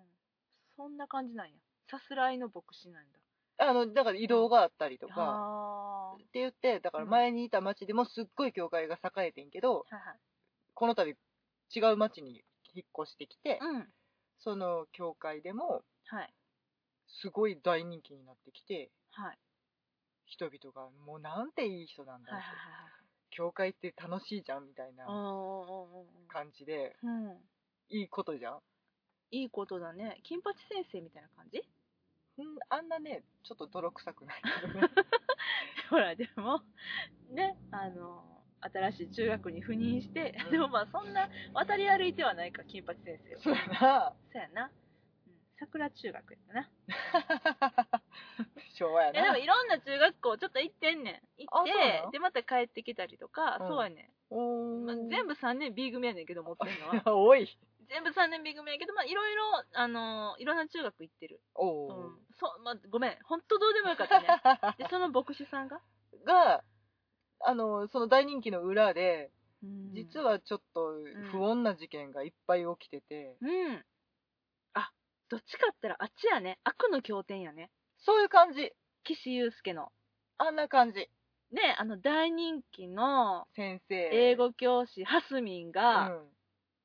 S1: そんな感じなんやさすらいの牧師なんだ
S2: あのだから移動があったりとか、
S1: あー
S2: って言ってだから前にいた町でもすっごい教会が栄えてんけど、
S1: はいはい
S2: この度違う町に引っ越してきて、
S1: うん
S2: その教会でも
S1: はい
S2: すごい大人気になってきて
S1: はい
S2: 人々が「もうなんていい人なんだ」
S1: はいはいはい
S2: 教会って楽しいじゃん」みた
S1: は
S2: い
S1: いうん
S2: な感じで
S1: うんうんうんうん
S2: いいことじゃん、
S1: いいことだね金八先生みたいな感じ
S2: うん、あんなねちょっと泥臭くないけど ね
S1: ほらでもねあの新しい中学に赴任して、
S2: うん
S1: でもまあそんな渡り歩いてはないか金八先生は
S2: そうやな
S1: そうやな、うん、桜中学やったな
S2: 昭和や
S1: いやでも
S2: ない
S1: ろんな中学校ちょっと行ってんねん行っ
S2: あそうな
S1: て
S2: の
S1: でまた帰ってきたりとか、
S2: うん
S1: そうやね
S2: お
S1: ん、まあ
S2: ー
S1: 全部3年 B 組やねんけど持ってるのは
S2: 多い
S1: 全部3年 B 組やけどまあいろいろあのいろんな中学行ってる、う
S2: お
S1: ん
S2: ー、
S1: そうまあ、ごめん本当どうでもよかったねでその牧師さんが、
S2: があのその大人気の裏で実
S1: は
S2: はちょっと不穏な事件がいっぱい起きてて、
S1: うんあどっちかったらあっちやね悪の経典やね
S2: そういう感じ
S1: 岸優介の
S2: あんな感じ
S1: ねあの大人気の
S2: 先生
S1: 英語教師ハスミンが、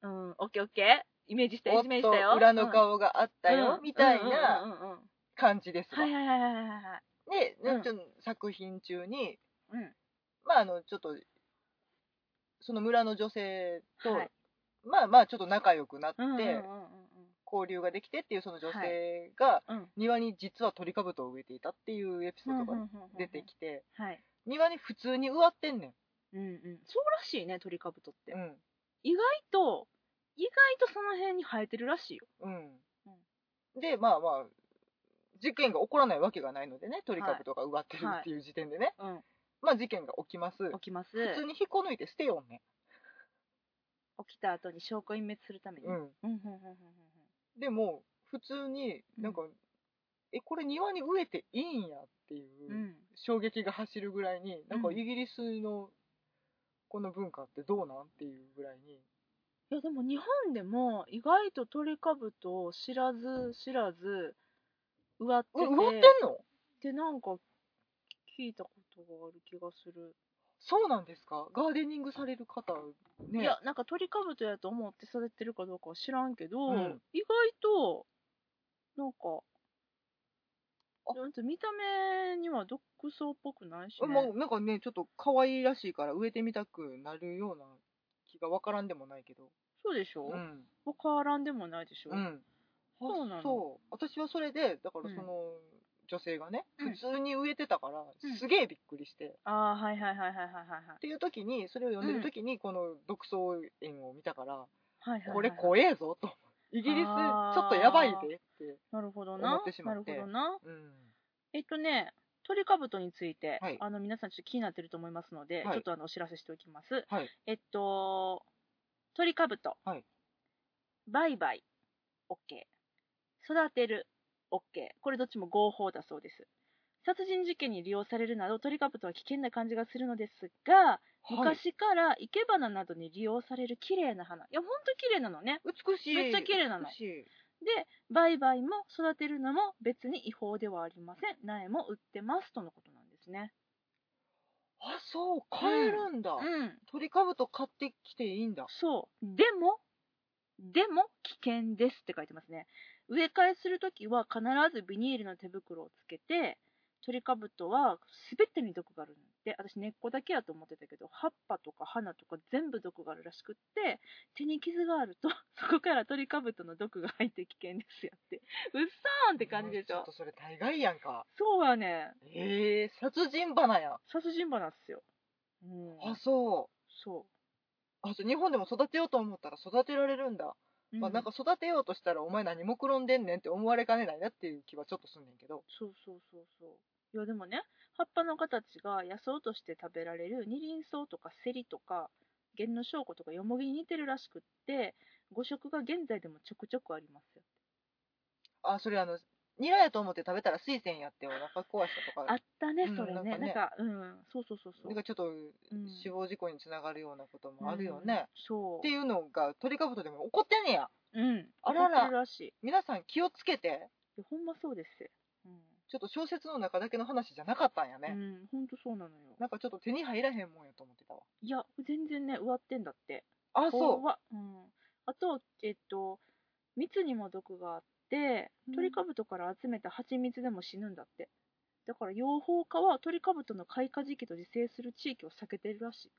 S2: うん
S1: うん、オッケーオッケー。イメージした、
S2: おっ
S1: イメージしたよ。
S2: と裏の
S1: うん
S2: 顔があったよ、
S1: うん
S2: みたい
S1: うん
S2: な
S1: うんうんうん
S2: 感じですわ、
S1: はいはいはいはいはいはい。
S2: で、
S1: うん
S2: ちょっと作品中に
S1: うん。
S2: まああのちょっとその村の女性と
S1: はい
S2: まあまあちょっと仲良くなって
S1: うんうんうん
S2: 交流ができてっていうその女性が
S1: うんうん
S2: 庭に実はトリカブトを植えていたっていうエピソードが出てきて
S1: てはい
S2: 庭に普通に植わってんね
S1: うんうんそうらしいねトリカブトって
S2: んうん
S1: 意外と意外とその辺に生えてるらしいよ
S2: うんでまあまあ事件が起こらないわけがないのでねトリカブトが植わってるっていう時点でね、
S1: うん
S2: まあ事件が起きます
S1: 起きます
S2: 普通に引っこ抜いて捨てようね、
S1: 起きた後に証拠隠滅するために
S2: うん、
S1: うんうんうんうんうん
S2: でも普通になんか、えこれ庭に植えていいんやっていう、
S1: うん
S2: 衝撃が走るぐらいになんか
S1: うん
S2: イギリスのこの文化ってどうなんっていうぐらいに
S1: いやでも日本でも意外とトリカブトを知らず知らず植わって
S2: う
S1: て
S2: 植わってんの
S1: ってなんか聞いたことがある気がする、
S2: そうなんですかガーデニングされる方ね
S1: いやなんかトリカブトやと思って育ててるかどうかは知らんけど、
S2: うん
S1: 意外となんか
S2: あ
S1: なんて見た目には毒草っぽくないし、ね、
S2: もうなんかねちょっと可愛いらしいから植えてみたくなるような気がわからんでもないけど
S1: そうでしょ、
S2: うん
S1: う変わらんでもないでしょ、
S2: うん
S1: そうなの
S2: そう私はそれでだから
S1: うん
S2: その女性がね、
S1: うん
S2: 普通に植えてたから、
S1: ん
S2: すげえびっくりして、
S1: ああはいはいはいはいはいはい
S2: っていう時にそれを読んでる時にこの独草園を見たから、
S1: はいはいはい
S2: これ怖えぞとイギリスちょっとやばいでって、
S1: なるほど
S2: 思
S1: な
S2: ってしま
S1: なる
S2: って
S1: ほどな
S2: うん、
S1: えっとね、トリカブトについて、
S2: はい
S1: あの皆さんちょっと気になってると思いますので、
S2: はい
S1: ちょっとあのお知らせしておきます。
S2: はい
S1: えっと、トリカブト、
S2: はい
S1: 売買、OK、育てる、OK、これどっちも合法だそうです。殺人事件に利用されるなどトリカブトは危険な感じがするのですが、
S2: はい
S1: 昔から生け花などに利用される綺麗な花、いや、ほんと綺麗なのね。
S2: 美しい
S1: めっちゃ綺麗なの
S2: 美しい
S1: で、売買も育てるのも別に違法ではありません。苗も売ってますとのことなんですね。
S2: あそう買えるんだ、
S1: うん、
S2: 鳥かぶと買ってきていいんだ
S1: そう。でも、でも危険ですって書いてますね。植え替えするときは必ずビニールの手袋をつけて、トリカブトは全てに毒があるんで、私根っこだけやと思ってたけど、葉っぱとか花とか全部毒があるらしくって、手に傷があると、 そこからトリカブトの毒が入って危険ですやって。うっさーんって感じでし
S2: ちょ
S1: ょ
S2: っと。それ大概やんか
S1: そうやねん。
S2: ええ殺人花や
S1: 殺人花っすよ。うん。
S2: あそう
S1: そ
S2: あそう日本でも育てようと思ったら育てられるんだ、
S1: う。
S2: まあ、なんか育てようとしたらお前何もくろんでんねんって思われかねないなっていう気はちょっとすんねんけど
S1: そうそうそうそう。いやでもね、葉っぱの形が野草として食べられる二輪草とかセリとか、原の証拠とかヨモギに似てるらしくって、誤食が現在でもちょくちょくありますよ。
S2: あそれあのニラやと思って食べたら水仙やってお腹壊したとか
S1: あったね
S2: う、ん
S1: それね。なん
S2: な
S1: ん
S2: かね
S1: か、うん、そうそうそうそう
S2: なん。かちょっと
S1: うん
S2: 死亡事故につながるようなこともあるよね、
S1: うんそ
S2: っ
S1: う
S2: て。いうのがトリカブトでも起こってんねや
S1: うん。
S2: あらら
S1: 怒ってるらしい。い
S2: 皆さん気をつけて
S1: やほんまそうですよ。うん。
S2: ちょっと小説の中だけの話じゃなかったんやね、
S1: うん、ほんとそうなのよ。
S2: なんかちょっと手に入らへんもんやと思ってたわ
S1: いや、全然ね、植わってんだって。
S2: あそう
S1: 怖っうん、あと、えっと、蜜にも毒があって
S2: うん、
S1: トリカブトから集めた蜂蜜でも死ぬんだって。だから養蜂家はトリカブトの開花時期と自生する地域を避けてるらしい。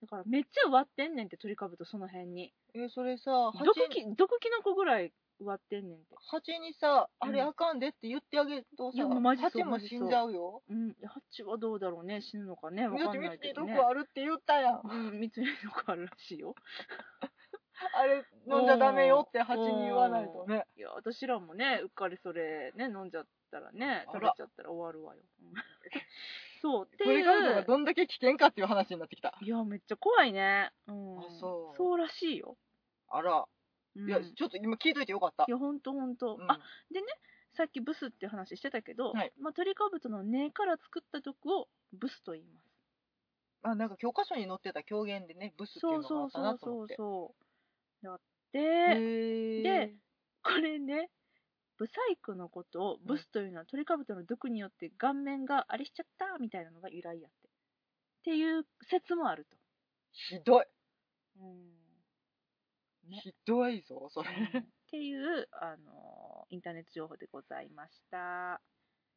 S1: だからめっちゃ植わってんねんって、トリカブトその辺に。
S2: えーそれさ
S1: 毒
S2: 蜂に
S1: キ毒キノコぐらい植わってんねんって。
S2: 蜂にさ
S1: うん
S2: あれあかんでって言ってあげると
S1: い
S2: さ、
S1: やもうマジそう
S2: 蜂も
S1: マジそ
S2: 死
S1: うん
S2: じゃうよ
S1: うん、蜂はどうだろうね、死ぬのかね、わ
S2: だっ
S1: か
S2: て
S1: んない
S2: 蜜
S1: け
S2: に
S1: ど、
S2: 毒
S1: ね。
S2: あるって言ったやん
S1: うん、蜜に毒あるらしいよ。
S2: あれ飲んじゃダメよって蜂に言わないとね
S1: いや、私らもね、うっかりそれね、飲んじゃったらね、
S2: あ
S1: 食べ
S2: ら
S1: ちゃったら終わるわよ。うん そう、って
S2: ト
S1: い
S2: リカブトが
S1: う。
S2: どんだけ危険かっていう話になってきた
S1: いや、めっちゃ怖いね。うん。
S2: あそう
S1: らしいよ。
S2: あら、
S1: うん、
S2: いや
S1: い
S2: ちょっと今聞いといてよかった
S1: や、ほんとほんと。
S2: うん
S1: あ、さっきブスって話してたけど、
S2: はい
S1: まあ、トリカブトの根から作った毒をブスと言います。
S2: あなんか教科書に載ってた狂言でねブスってい
S1: そうう
S2: のが
S1: そう
S2: あった
S1: そ
S2: な
S1: う
S2: と
S1: そ
S2: 思
S1: う
S2: って
S1: そう。だって、
S2: へー
S1: で これね、ブサイクのことをブスというのはトリカブトの毒によって顔面があれしちゃったみたいなのが由来やって。っていう説もあると。
S2: ひどい
S1: ね
S2: ひどいぞそれ
S1: っていう、あのーインターネット情報でございました。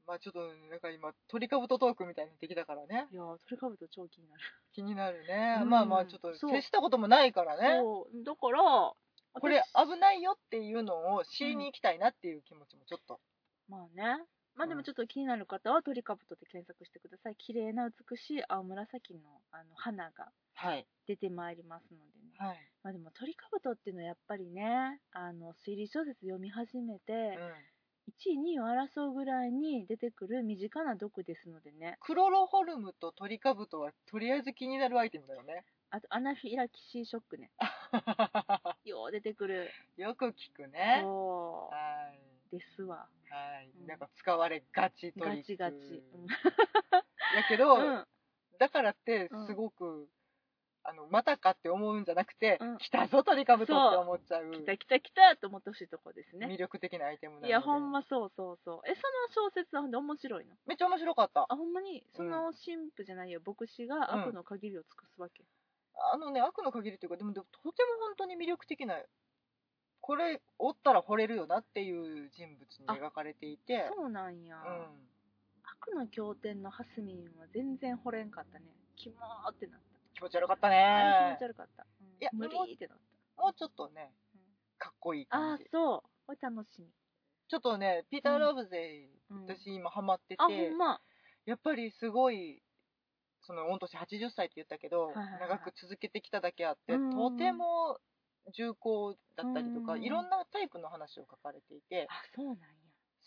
S2: まあちょっとなんか今鳥かぶとトークみたいになってきたからね
S1: いやー、鳥かぶと超気になる。
S2: 気になるね、
S1: うん
S2: まあまあちょっと
S1: そう
S2: 接したこともないからね
S1: そう、だから、
S2: これ
S1: 私
S2: 危ないよっていうのを知りに行きたいなっていう気持ちもちょっと、
S1: まあね。まあでもちょっと気になる方は鳥かぶとで検索してください。綺麗な美しい青紫のあの花が
S2: はい
S1: 出てまいりますのでね。
S2: はい、
S1: まあでも鳥かぶとっていうのはやっぱりね、あの推理小説読み始めて、
S2: うん、
S1: 1位、2位を争うぐらいに出てくる身近な毒ですのでね。
S2: クロロホルムとトリカブトはとりあえず気になるアイテムだよね
S1: あとアナフィラキシーショックね。よう出てくる。
S2: よく聞くね
S1: そ。
S2: はいう
S1: ですわ。
S2: はい、
S1: うん
S2: なんか使われがちト
S1: ガ
S2: リック
S1: チガチ。
S2: やけど、
S1: うん。うん
S2: だからって
S1: うん
S2: すごく、あのまたかって思うんじゃなくて、
S1: うん
S2: 来たぞトリカブトって思っちゃう
S1: 来た来た来たと思ってほしいとこですね。
S2: 魅力的なアイテムなので
S1: いや、ほんまそうそうそう。え、その小説はほんで面白いの
S2: めっちゃ面白かった
S1: あ、ほんまに、その神父じゃないよ、牧師が
S2: うん
S1: 悪の限りを尽くすわけ。
S2: あのね悪の限りというかでもでもとても本当に魅力的なこれおったら惚れるよなっていう人物に描かれていて
S1: そうなんや。
S2: うん
S1: 悪の経典のハスミンは全然惚れんかったね。キモーってなった。
S2: 気持ち悪かった
S1: あれ
S2: ね
S1: 気持ち悪かった。うん
S2: いや
S1: 無
S2: でも
S1: 理ってなっ
S2: もうちょっとね
S1: うん
S2: かっこいい
S1: た。あ
S2: 感
S1: あ
S2: じ
S1: ー、そう。これ楽しみ。
S2: ちょっとねピーター・ラブゼイ、
S1: うん、
S2: 私今ハマってて
S1: あ、ほんま。
S2: やっぱりすごいその御年80歳って言ったけど、
S1: はいはいはい
S2: 長く続けてきただけあって、
S1: うん
S2: とても重厚だったりとか、
S1: うん
S2: いろんなタイプの話を書かれていて
S1: あ、そうなんや。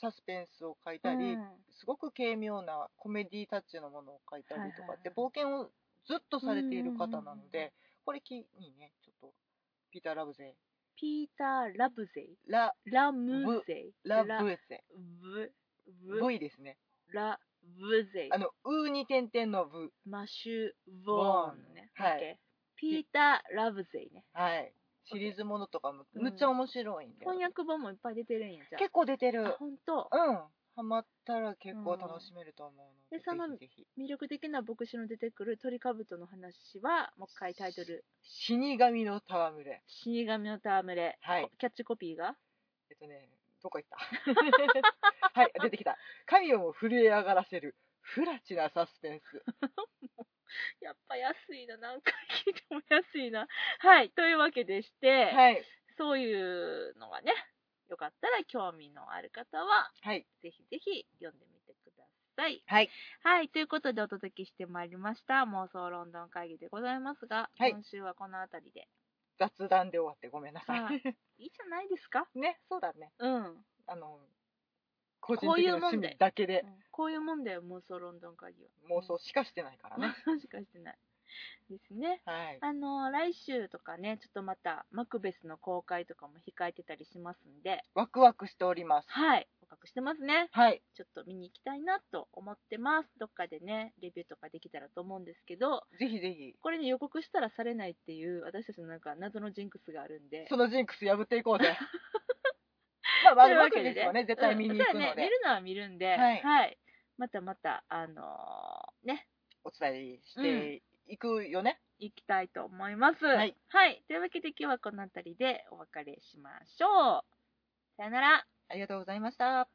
S2: サスペンスを書いたり、
S1: うん
S2: すごく軽妙なコメディタッチのものを書いたりとかって、
S1: はいはいは
S2: 冒険をずっとされている方なの
S1: うん
S2: で、
S1: うんうん
S2: これ気にねちょっとピーター・ラブゼ
S1: ピーター・ラブゼイ。
S2: イラ・
S1: ラムゼイ。
S2: ラ
S1: ラ
S2: ブゼ
S1: ブ、ブ、
S2: V ですね
S1: ラブゼイ
S2: あ。の「う」に点々の「ブ
S1: マシュ・ボーンね。
S2: はい
S1: OK ピーター・ラブゼイね。」
S2: はいシリーズものとかも
S1: うん
S2: むっちゃ面白いんで、
S1: 翻訳本もいっぱい出てるんやじゃあ
S2: 結構出てる
S1: あ本当
S2: うん、ハマったら結構楽しめると思うの
S1: う
S2: で、
S1: んでその
S2: ぜひぜ
S1: 魅力的な牧師の出てくる鳥かぶとの話はもう一回タイトル
S2: ひ死神の戯れ
S1: 「死神の戯れ」
S2: はい
S1: キャッチコピーが
S2: えっとねどこ行った はい出てきた神をも震え上がらせるフラチなサスペンス
S1: やっぱ安いな何回聞いても安いなはいというわけでして、
S2: はい
S1: そういうのがねよかったら興味のある方は
S2: はい
S1: ぜひぜひ読んでみてください
S2: はい
S1: はい、ということでお届けしてまいりました妄想ロンドン会議でございますが、
S2: はい
S1: 今週はこの辺りで
S2: 雑談で終わってごめんな さい、
S1: はいいいじゃないですか
S2: ねそうだね
S1: うん
S2: あの個人
S1: こう
S2: 的
S1: いう
S2: な
S1: も
S2: 趣
S1: んで
S2: 味だけで
S1: こういうもんだよ、妄想ロンドン会議は。
S2: 妄想しかしてないから
S1: 妄
S2: ね、
S1: 想しかしてない。ですね。
S2: はい
S1: あの、来週とかね、ちょっとまた、マクベスの公開とかも控えてたりしますんで、
S2: ワクワクしております
S1: はい、捕獲してますね。
S2: はい
S1: ちょっと見に行きたいなと思ってます。どっかでね、レビューとかできたらと思うんですけど、
S2: ぜひぜひ
S1: これね、予告したらされないっていう、私たちのなんか謎のジンクスがあるんで。
S2: そのジンクス破っていこ うぜまあまあ
S1: という
S2: ワ
S1: わ
S2: ク
S1: け
S2: ワク
S1: で
S2: ですよね絶対見に行く
S1: うん
S2: の
S1: そう
S2: で
S1: やね、見るのは見るんで、
S2: はい
S1: またまた、あのーね、
S2: お伝えしていくよね、
S1: いきたいと思います。
S2: はい。
S1: はい。というわけで今日はこの辺りでお別れしましょう。さよなら。
S2: ありがとうございました